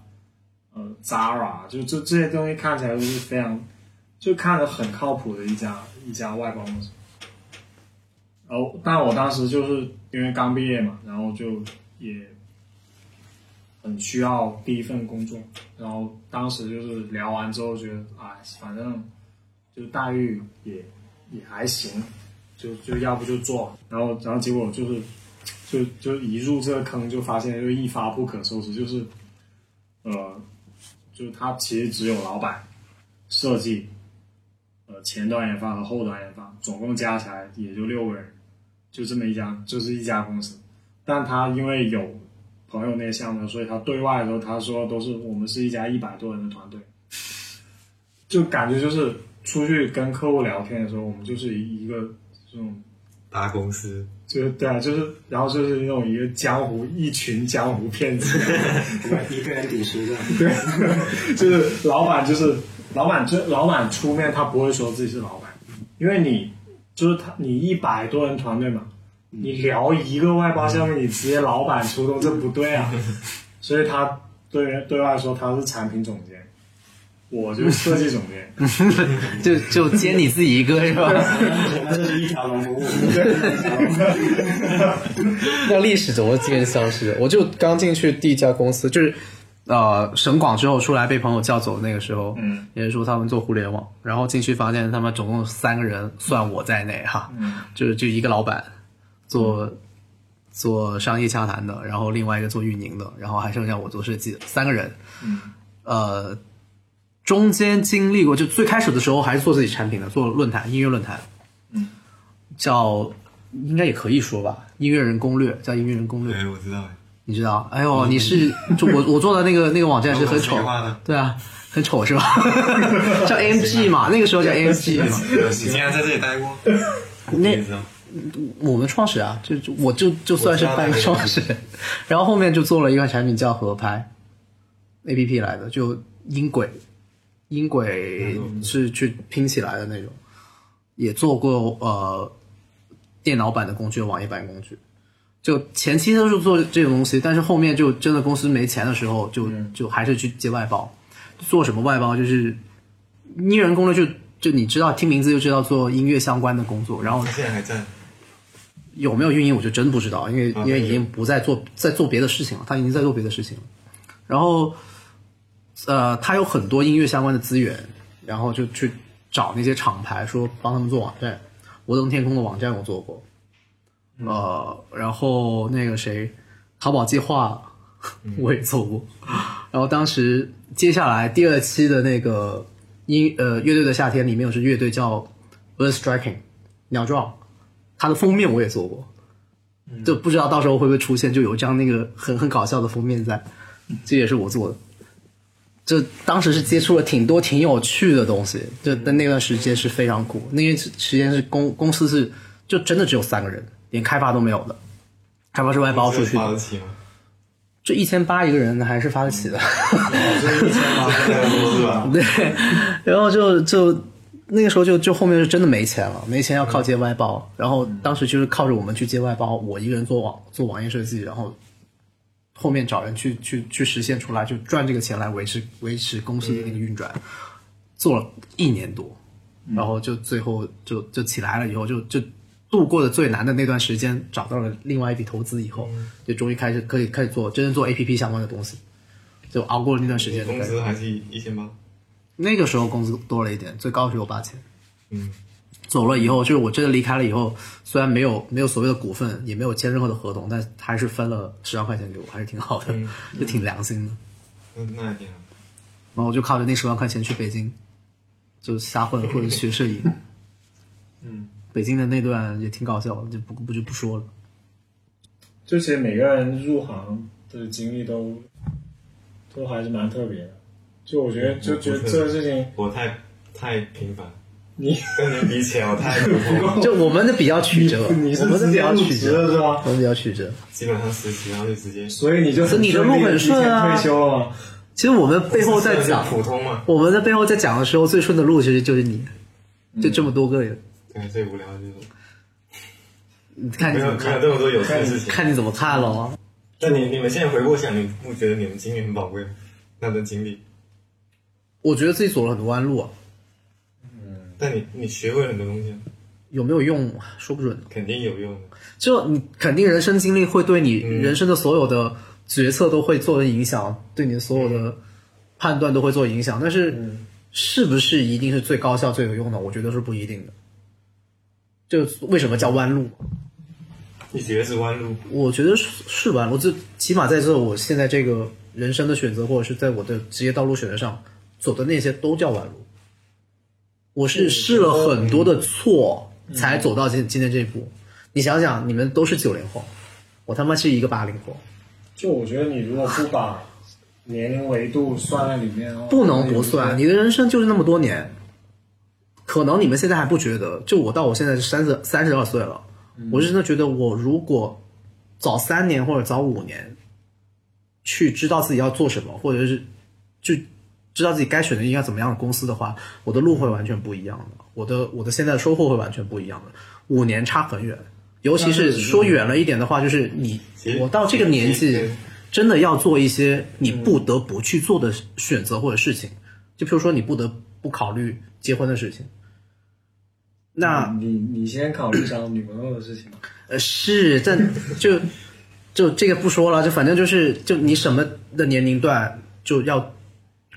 Speaker 2: 呃 Zara，就这这些东西看起来都是非常，就看着很靠谱的一家一家外包公司。然后，但我当时就是因为刚毕业嘛，然后就也很需要第一份工作。然后当时就是聊完之后觉得，啊，反正就待遇也也还行，就就要不就做。然后，然后结果就是，就就一入这个坑就发现就一发不可收拾，就是，呃，就它其实只有老板、设计、呃前端研发和后端研发，总共加起来也就六个人，就这么一家，就是一家公司。但他因为有朋友那个项目，所以他对外的时候他说都是我们是一家一百多人的团队，就感觉就是出去跟客户聊天的时候，我们就是一个这种
Speaker 5: 大公司，
Speaker 2: 就是对啊，就是然后就是那种一个江湖一群江湖骗子，
Speaker 4: [laughs] 一个人顶十个，
Speaker 2: [laughs] 就是老板就是老板这老板出面，他不会说自己是老板，因为你就是他你一百多人团队嘛，你聊一个外包项目，你直接老板出动，这不对啊。所以他对对外说他是产品总监，我就是设计总监，
Speaker 1: [laughs] 就就接你自己一个是吧？
Speaker 4: 我们就是一条龙
Speaker 3: [laughs]
Speaker 4: 服务。
Speaker 1: [laughs] 那历史怎么渐渐消失？我就刚进去第一家公司，就是呃省广之后出来被朋友叫走那个时候，
Speaker 2: 嗯，
Speaker 1: 也是说他们做互联网，然后进去发现他们总共三个人，算我在内哈，
Speaker 2: 嗯
Speaker 1: 就是就一个老板做做商业洽谈的，然后另外一个做运营的，然后还剩下我做设计的，三个人，
Speaker 2: 嗯，
Speaker 1: 呃，中间经历过，就最开始的时候还是做自己产品的，做论坛音乐论坛，
Speaker 2: 嗯，
Speaker 1: 叫应该也可以说吧，音乐人攻略叫音乐人攻略，
Speaker 3: 哎
Speaker 5: 对，我知道。
Speaker 1: 你知道？哎呦，你是就我我做的那个那个网站是很丑
Speaker 5: 我画的，
Speaker 1: 对啊，很丑是吧？ [laughs] 叫 MG 嘛，那个时候叫 [laughs] MG 嘛。
Speaker 5: 有你竟然在这里待过，
Speaker 1: 那
Speaker 5: 你也知道
Speaker 1: 我们创始啊，就就我就就算是半个创始人， [laughs] 然后后面就做了一款产品叫合拍，A P P 来的，就音轨，音轨是去拼起来的那种，也做过呃电脑版的工具、网页版工具，就前期都是做这种东西，但是后面就真的公司没钱的时候，就就还是去接外包，做什么外包就是音乐人工作就。就你知道，听名字就知道做音乐相关的工作，然后
Speaker 5: 他现在还在。
Speaker 1: 有没有运营，我就真不知道，因为因为已经不再做在做别的事情了，他已经在做别的事情了。然后，呃，他有很多音乐相关的资源，然后就去找那些厂牌说帮他们做网站。我等天空的网站我做过，呃，然后那个谁，淘宝计划我也做过。然后当时接下来第二期的那个音呃乐队的夏天里面有支乐队叫 Bird Striking 鸟撞，它的封面我也做过，就不知道到时候会不会出现，就有一张那个很很搞笑的封面在，这也是我做的。就当时是接触了挺多挺有趣的东西，就但那段时间是非常苦，那段时间是公公司是就真的只有三个人，连开发都没有的，开发是外包出去
Speaker 5: 发得
Speaker 1: 的，
Speaker 5: 起
Speaker 1: [laughs]
Speaker 5: 吗？
Speaker 1: 这一千八一个人还是发得起的。啊
Speaker 3: 是吧？
Speaker 1: 对，然后就就那个时候就就后面是真的没钱了，没钱要靠接外包，然后当时就是靠着我们去接外包，我一个人做网做网页设计，然后后面找人去去去实现出来，就赚这个钱来维持维持公司的那个运转，做了一年多，然后就最后就就起来了以后就就。度过了最难的那段时间，找到了另外一笔投资以后，就终于开始可以开始做真正做 A P P 相关的东西，就熬过了那段时间。
Speaker 5: 工资还是一千八。
Speaker 1: 那个时候工资多了一点，最高只有八千。
Speaker 5: 嗯，
Speaker 1: 走了以后，就是我真的离开了以后，虽然没有没有所谓的股份，也没有签任何的合同，但还是分了十万块钱给我，还是挺好的， [laughs] 就挺良心的。
Speaker 5: 那那还
Speaker 3: 啊
Speaker 5: 挺好。
Speaker 1: 然后我就靠着那十万块钱去北京，就瞎混混学摄影。嗯，北京的那段也挺搞笑的，就不不就不说了。
Speaker 2: 就其实每个人入行的经历都都还是蛮特别的。就我觉得，就觉得这个事情，
Speaker 3: 我太太平凡，
Speaker 2: 你
Speaker 3: 跟你比起来我太落后，
Speaker 1: [laughs] 就我们的比较曲折，
Speaker 2: [laughs] 你
Speaker 1: 我
Speaker 2: 是
Speaker 1: 们的
Speaker 2: 直
Speaker 1: 比
Speaker 2: 接
Speaker 1: 较
Speaker 2: 入
Speaker 1: 曲
Speaker 2: 职了
Speaker 1: 折，
Speaker 2: 是吧？
Speaker 1: 我们比较曲折。
Speaker 3: 基本上实习然后就直接，
Speaker 2: 所以你就
Speaker 1: 所以你的路
Speaker 2: 顺利地
Speaker 1: 很顺啊
Speaker 2: 提前退休了嘛。
Speaker 1: 其实我们背后在
Speaker 3: 是
Speaker 1: [laughs] 讲，
Speaker 3: 普通嘛，
Speaker 1: 我们在背后在讲的时候，最顺的路其实就是你，
Speaker 3: 嗯
Speaker 1: 就这么多个人，
Speaker 3: 对，最无聊的就是
Speaker 1: 你看
Speaker 3: 没
Speaker 1: 你
Speaker 3: 有
Speaker 1: 怎
Speaker 3: 没有
Speaker 1: 么看，
Speaker 3: 这么多有趣的事情。
Speaker 1: 看你怎么看了。
Speaker 3: 但你你们现在回过想，你不觉得你们经历很宝贵吗？那段经历，
Speaker 1: 我觉得自己走了很多弯路啊，
Speaker 3: 但你你学会了很多东西，
Speaker 1: 有没有用说不准。
Speaker 3: 肯定有用的。
Speaker 1: 就你肯定人生经历会对你
Speaker 3: 嗯
Speaker 1: 人生的所有的决策都会做的影响，对你所有的判断都会做影响。但是
Speaker 3: 嗯
Speaker 1: 是不是一定是最高效最有用的？我觉得是不一定的。就为什么叫弯路？
Speaker 3: 你觉得是弯路，
Speaker 1: 我觉得是是弯路，就起码在这我现在这个人生的选择，或者是在我的职业道路选择上走的那些都叫弯路。我是试了很多的错，才走到今今天这一步。你想想，你们都是九零后，我他妈是一个八零后，
Speaker 2: 就我觉得你如果不把年龄维度算在里面的话，
Speaker 1: 不能不算。你的人生就是那么多年，可能你们现在还不觉得，就我到我现在是三十三十二岁了，我是真的觉得，我如果早三年或者早五年，去知道自己要做什么，或者是就知道自己该选择应该怎么样的公司的话，我的路会完全不一样的，我的我的现在的收获会完全不一样的。五年差很远，尤其是说远了一点的话，就是你
Speaker 3: 其实
Speaker 1: 我到这个年
Speaker 3: 其
Speaker 1: 纪
Speaker 3: 实，嗯
Speaker 1: 真的要做一些你不得不去做的选择或者事情，就比如说你不得不考虑结婚的事情。那
Speaker 2: 你你先考虑找女朋友的事情吧。
Speaker 1: 呃，是，但就就这个不说了，就反正就是，就你什么的年龄段就要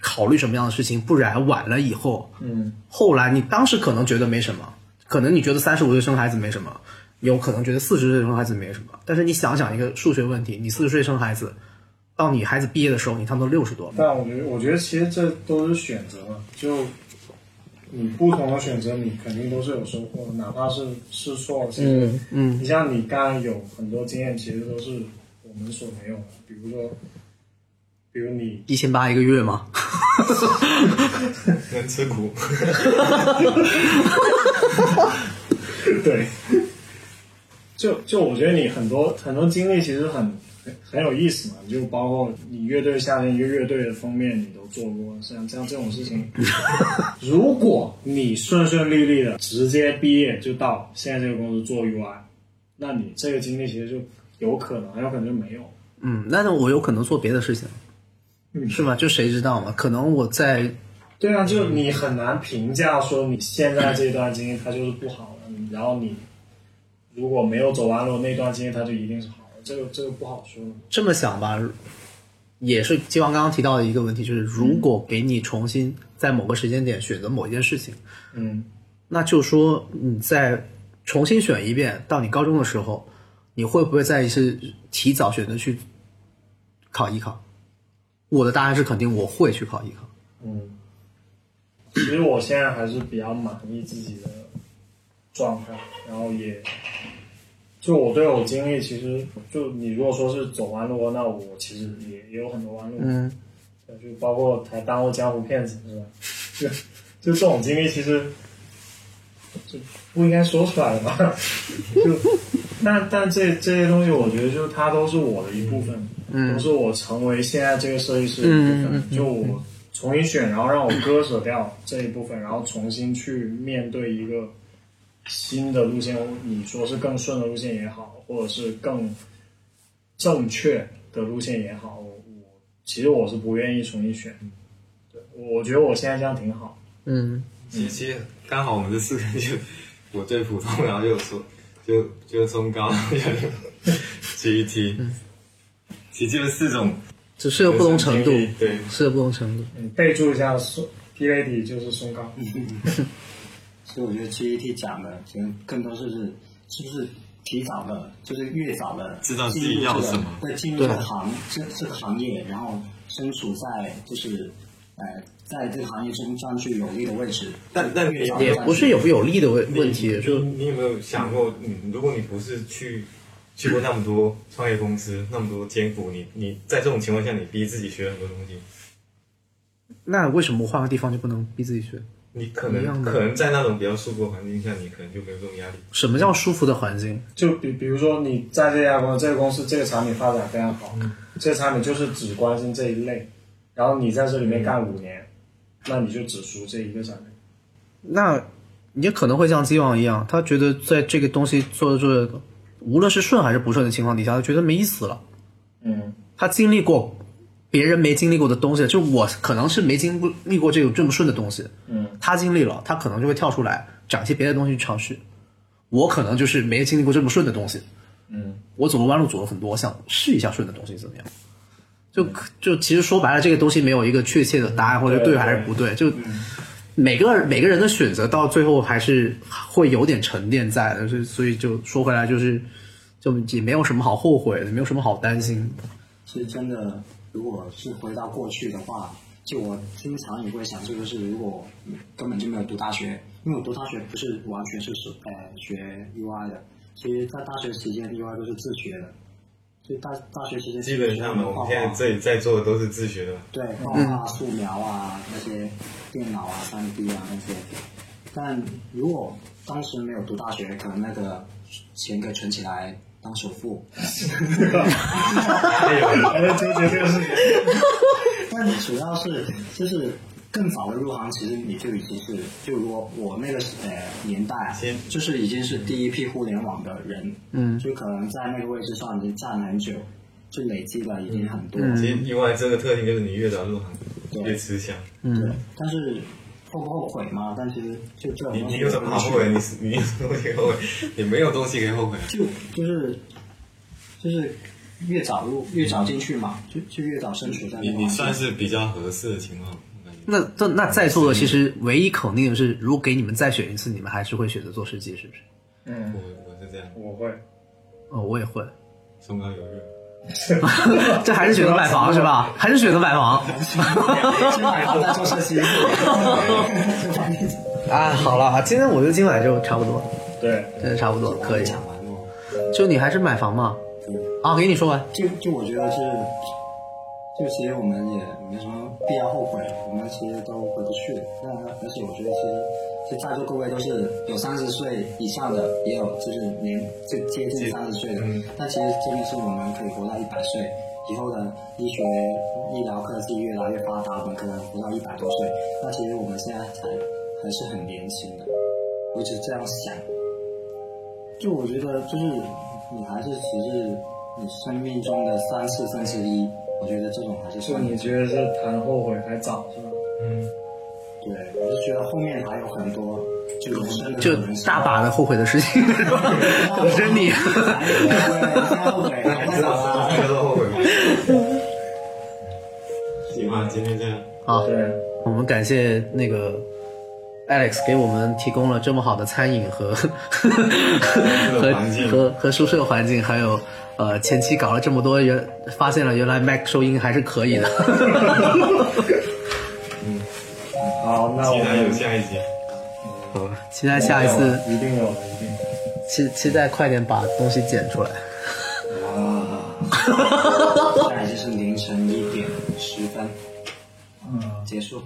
Speaker 1: 考虑什么样的事情，不然晚了以后，
Speaker 2: 嗯，
Speaker 1: 后来你当时可能觉得没什么，可能你觉得三十五岁生孩子没什么，有可能觉得四十岁生孩子没什么，但是你想想一个数学问题，你四十岁生孩子，到你孩子毕业的时候，你他们都六十多了，
Speaker 2: 但我觉得，我觉得其实这都是选择嘛，就你不同的选择，你肯定都是有收获的，哪怕是试错。其实
Speaker 1: 嗯嗯
Speaker 2: 你像你刚刚有很多经验，其实都是我们所没有的，比如说，比如你
Speaker 1: 一千八一个月嘛， [laughs]
Speaker 3: 能吃苦，
Speaker 2: [laughs] 对，就就我觉得你很多很多经历其实很很很有意思嘛，就包括你乐队夏天一个乐队的封面你都做过，像像这种事情，如果你顺顺利利的直接毕业就到现在这个公司做 UI，那你这个经历其实就有可能，还有可能就没有。
Speaker 1: 嗯，那那我有可能做别的事情，
Speaker 2: 嗯
Speaker 1: 是吧？就谁知道嘛？可能我在
Speaker 2: 对啊，就你很难评价说你现在这段经历它就是不好的，然后你如果没有走弯路，那段经历它就一定是好的，这个这个不好说。
Speaker 1: 这么想吧，也是基王刚刚提到的一个问题，就是如果给你重新在某个时间点选择某一件事情，
Speaker 2: 嗯，
Speaker 1: 那就说你再重新选一遍，到你高中的时候，你会不会再一次提早选择去考艺考？我的答案是肯定我会去考艺考。
Speaker 2: 嗯，其实我现在还是比较满意自己的状态，然后也就我对我经历，其实就你如果说是走弯路，那我其实也也有很多弯路，
Speaker 1: 嗯，
Speaker 2: 对就包括还当过江湖骗子，是吧？就就这种经历，其实就不应该说出来的吧？就那但这这些东西，我觉得就它都是我的一部分，
Speaker 1: 嗯
Speaker 2: 都是我成为现在这个设计师的一部分。
Speaker 1: 嗯嗯嗯
Speaker 2: 就我重新选，然后让我割舍掉这一部分，然后重新去面对一个新的路线，你说是更顺的路线也好，或者是更正确的路线也好，我我其实我是不愿意重新选。对，我觉得我现在这样挺好。
Speaker 1: 嗯，
Speaker 3: 其实刚好我们这四个人就我最普通，然后又说就就松高，又 GET，
Speaker 5: 其实就是四种，
Speaker 1: 只是有不同程度，
Speaker 3: 对，
Speaker 1: 是有不同程度。
Speaker 2: 你嗯备注一下，松 P V D 就是松高。
Speaker 3: 嗯
Speaker 4: 所以我觉得 GAT 讲的其实更多就是是不是提早的，就是越早的
Speaker 5: 知道自己要什么
Speaker 4: 对，进入这个
Speaker 1: 对
Speaker 4: 行这这个行业，然后身处在就是呃，在这个行业中占据有利的位置。
Speaker 3: 但但你
Speaker 1: 也不是有不有利的问问题，
Speaker 3: 你
Speaker 1: 就
Speaker 3: 你有没有想过，你如果你不是去去过那么多创业公司，那么多艰苦，你你在这种情况下，你逼自己学很多东西，
Speaker 1: 那为什么我换个地方就不能逼自己学？
Speaker 3: 你可
Speaker 1: 一样
Speaker 3: 能
Speaker 1: 的
Speaker 3: 可能在那种比较舒服的环境下，你可能就没有这种压力。
Speaker 1: 什么叫舒服的环境？
Speaker 2: 就比比如说你在这家公司，这个公司这个产品发展非常好，
Speaker 3: 嗯
Speaker 2: 这个产品就是只关心这一类，然后你在这里面干五
Speaker 3: 嗯
Speaker 2: 年，那你就只熟这一个产品。
Speaker 1: 那也可能会像鸡王一样，他觉得在这个东西做着做着，无论是顺还是不顺的情况底下，他觉得没意思了。
Speaker 2: 嗯，
Speaker 1: 他经历过别人没经历过的东西，就我可能是没经历过这种这么顺的东西，
Speaker 2: 嗯，
Speaker 1: 他经历了，他可能就会跳出来找一些别的东西去尝试。我可能就是没经历过这么顺的东西，
Speaker 2: 嗯，
Speaker 1: 我走了弯路走了很多，我想试一下顺的东西怎么样。就就其实说白了，这个东西没有一个确切的答案，或者
Speaker 2: 对
Speaker 1: 对还是不
Speaker 2: 嗯
Speaker 1: 对，就每个每个人的选择到最后还是会有点沉淀在的，所以所以就说回来就是，就也没有什么好后悔的，没有什么好担心。
Speaker 4: 其实真的，如果是回到过去的话，就我经常也会想，这个是如果根本就没有读大学，因为我读大学不是完全是学呃学 UI 的，其实在大学期间 UI 都是自学的，就大大学期间
Speaker 3: 基本上呢，我们
Speaker 4: 画画
Speaker 3: 现在这里在座的都是自学的，
Speaker 4: 对，画画、素描啊，那些电脑啊、三 D 啊那些。但如果当时没有读大学，可能那个钱可以存起来当首付。
Speaker 3: 哎呦
Speaker 2: 还在纠结这个事情。
Speaker 4: 但主要是就是更早的入行，其实你就已经是，就如果我那个时呃年代啊
Speaker 3: 先，
Speaker 4: 就是已经是第一批互联网的人，
Speaker 1: 嗯
Speaker 4: 就可能在那个位置上已经站了很久，就累积了已经很多，
Speaker 1: 嗯
Speaker 3: 其实意外这个特性就是你越早入行
Speaker 4: 对
Speaker 3: 越吃香。
Speaker 1: 嗯
Speaker 4: 对，。但是后不后悔嘛？但其实就这种
Speaker 3: 你
Speaker 4: 东西
Speaker 3: 你有什么好后悔？你是你有什么东西后悔？你没有东西可以后悔。啊
Speaker 4: 就就是就是越早入越早进去嘛，就就越早身处在那
Speaker 3: 你
Speaker 4: 个
Speaker 3: 你
Speaker 4: 环境
Speaker 3: 算是比较合适的情况，我感觉。
Speaker 1: 那那那在座的其实唯一肯定的是，如果给你们再选一次，你们还是会选择做设计，是不是？
Speaker 3: [laughs]
Speaker 2: 嗯，
Speaker 3: 我我是这样，
Speaker 2: 我会。
Speaker 1: 哦，我也 [laughs] 会，
Speaker 3: 松高有约。
Speaker 1: 这还是选择买房是 [laughs] 吧？还是选择买房
Speaker 4: 先买 [laughs] 房再做设计。
Speaker 1: [laughs] 啊？好了啊，今天我觉得今晚就差不多，
Speaker 2: 对，
Speaker 1: 真的差不多，可以。
Speaker 4: 讲完了。
Speaker 1: 就你还是买房嘛？啊，给你说完。
Speaker 4: 就就我觉得是，就其实我们也没什么必要后悔，我们其实都回不去。那而且我觉得其实，其实在座各位都是有三十岁以上的，也有就是年就接近三十岁的
Speaker 3: 嗯。
Speaker 4: 那其实真的是我们可以活到一百岁以后的医学、医疗科技越来越发达，我们可能活到一百多岁。那其实我们现在才还是很年轻的，我只是这样想。就我觉得，就是你还是其实你生命中的三四分之一，我觉得这种还是
Speaker 2: 就
Speaker 4: 算
Speaker 2: 你觉得是谈后悔还早是吧？
Speaker 3: 嗯，
Speaker 4: 对，我就觉得后面还有很多就人生的
Speaker 1: 就
Speaker 4: 可能性
Speaker 1: [laughs]
Speaker 4: 啊
Speaker 1: 大把的后悔的事情 [laughs] 等着你。
Speaker 4: 还有后悔，还
Speaker 3: 知
Speaker 4: 有
Speaker 3: 道
Speaker 4: 后悔
Speaker 3: 大家都后悔吗？行吧，今天这样。
Speaker 1: 好，
Speaker 2: 对，
Speaker 1: 我们感谢那个 Alex 给我们提供了这么好的餐饮和 [laughs] 和
Speaker 3: 环境
Speaker 1: 和和宿舍环境，还有呃前期搞了这么多，原发现了原来 Mac 收音还是可
Speaker 3: [laughs]
Speaker 1: 以的。
Speaker 2: 好，那我
Speaker 3: 期待有
Speaker 2: 们
Speaker 3: 下一集。啊
Speaker 1: 期待下一次，
Speaker 2: 一定有，一定有。
Speaker 1: 期期待快点把东西剪出来。
Speaker 4: 现在已经是凌晨一点十分
Speaker 2: 嗯，
Speaker 4: 结束。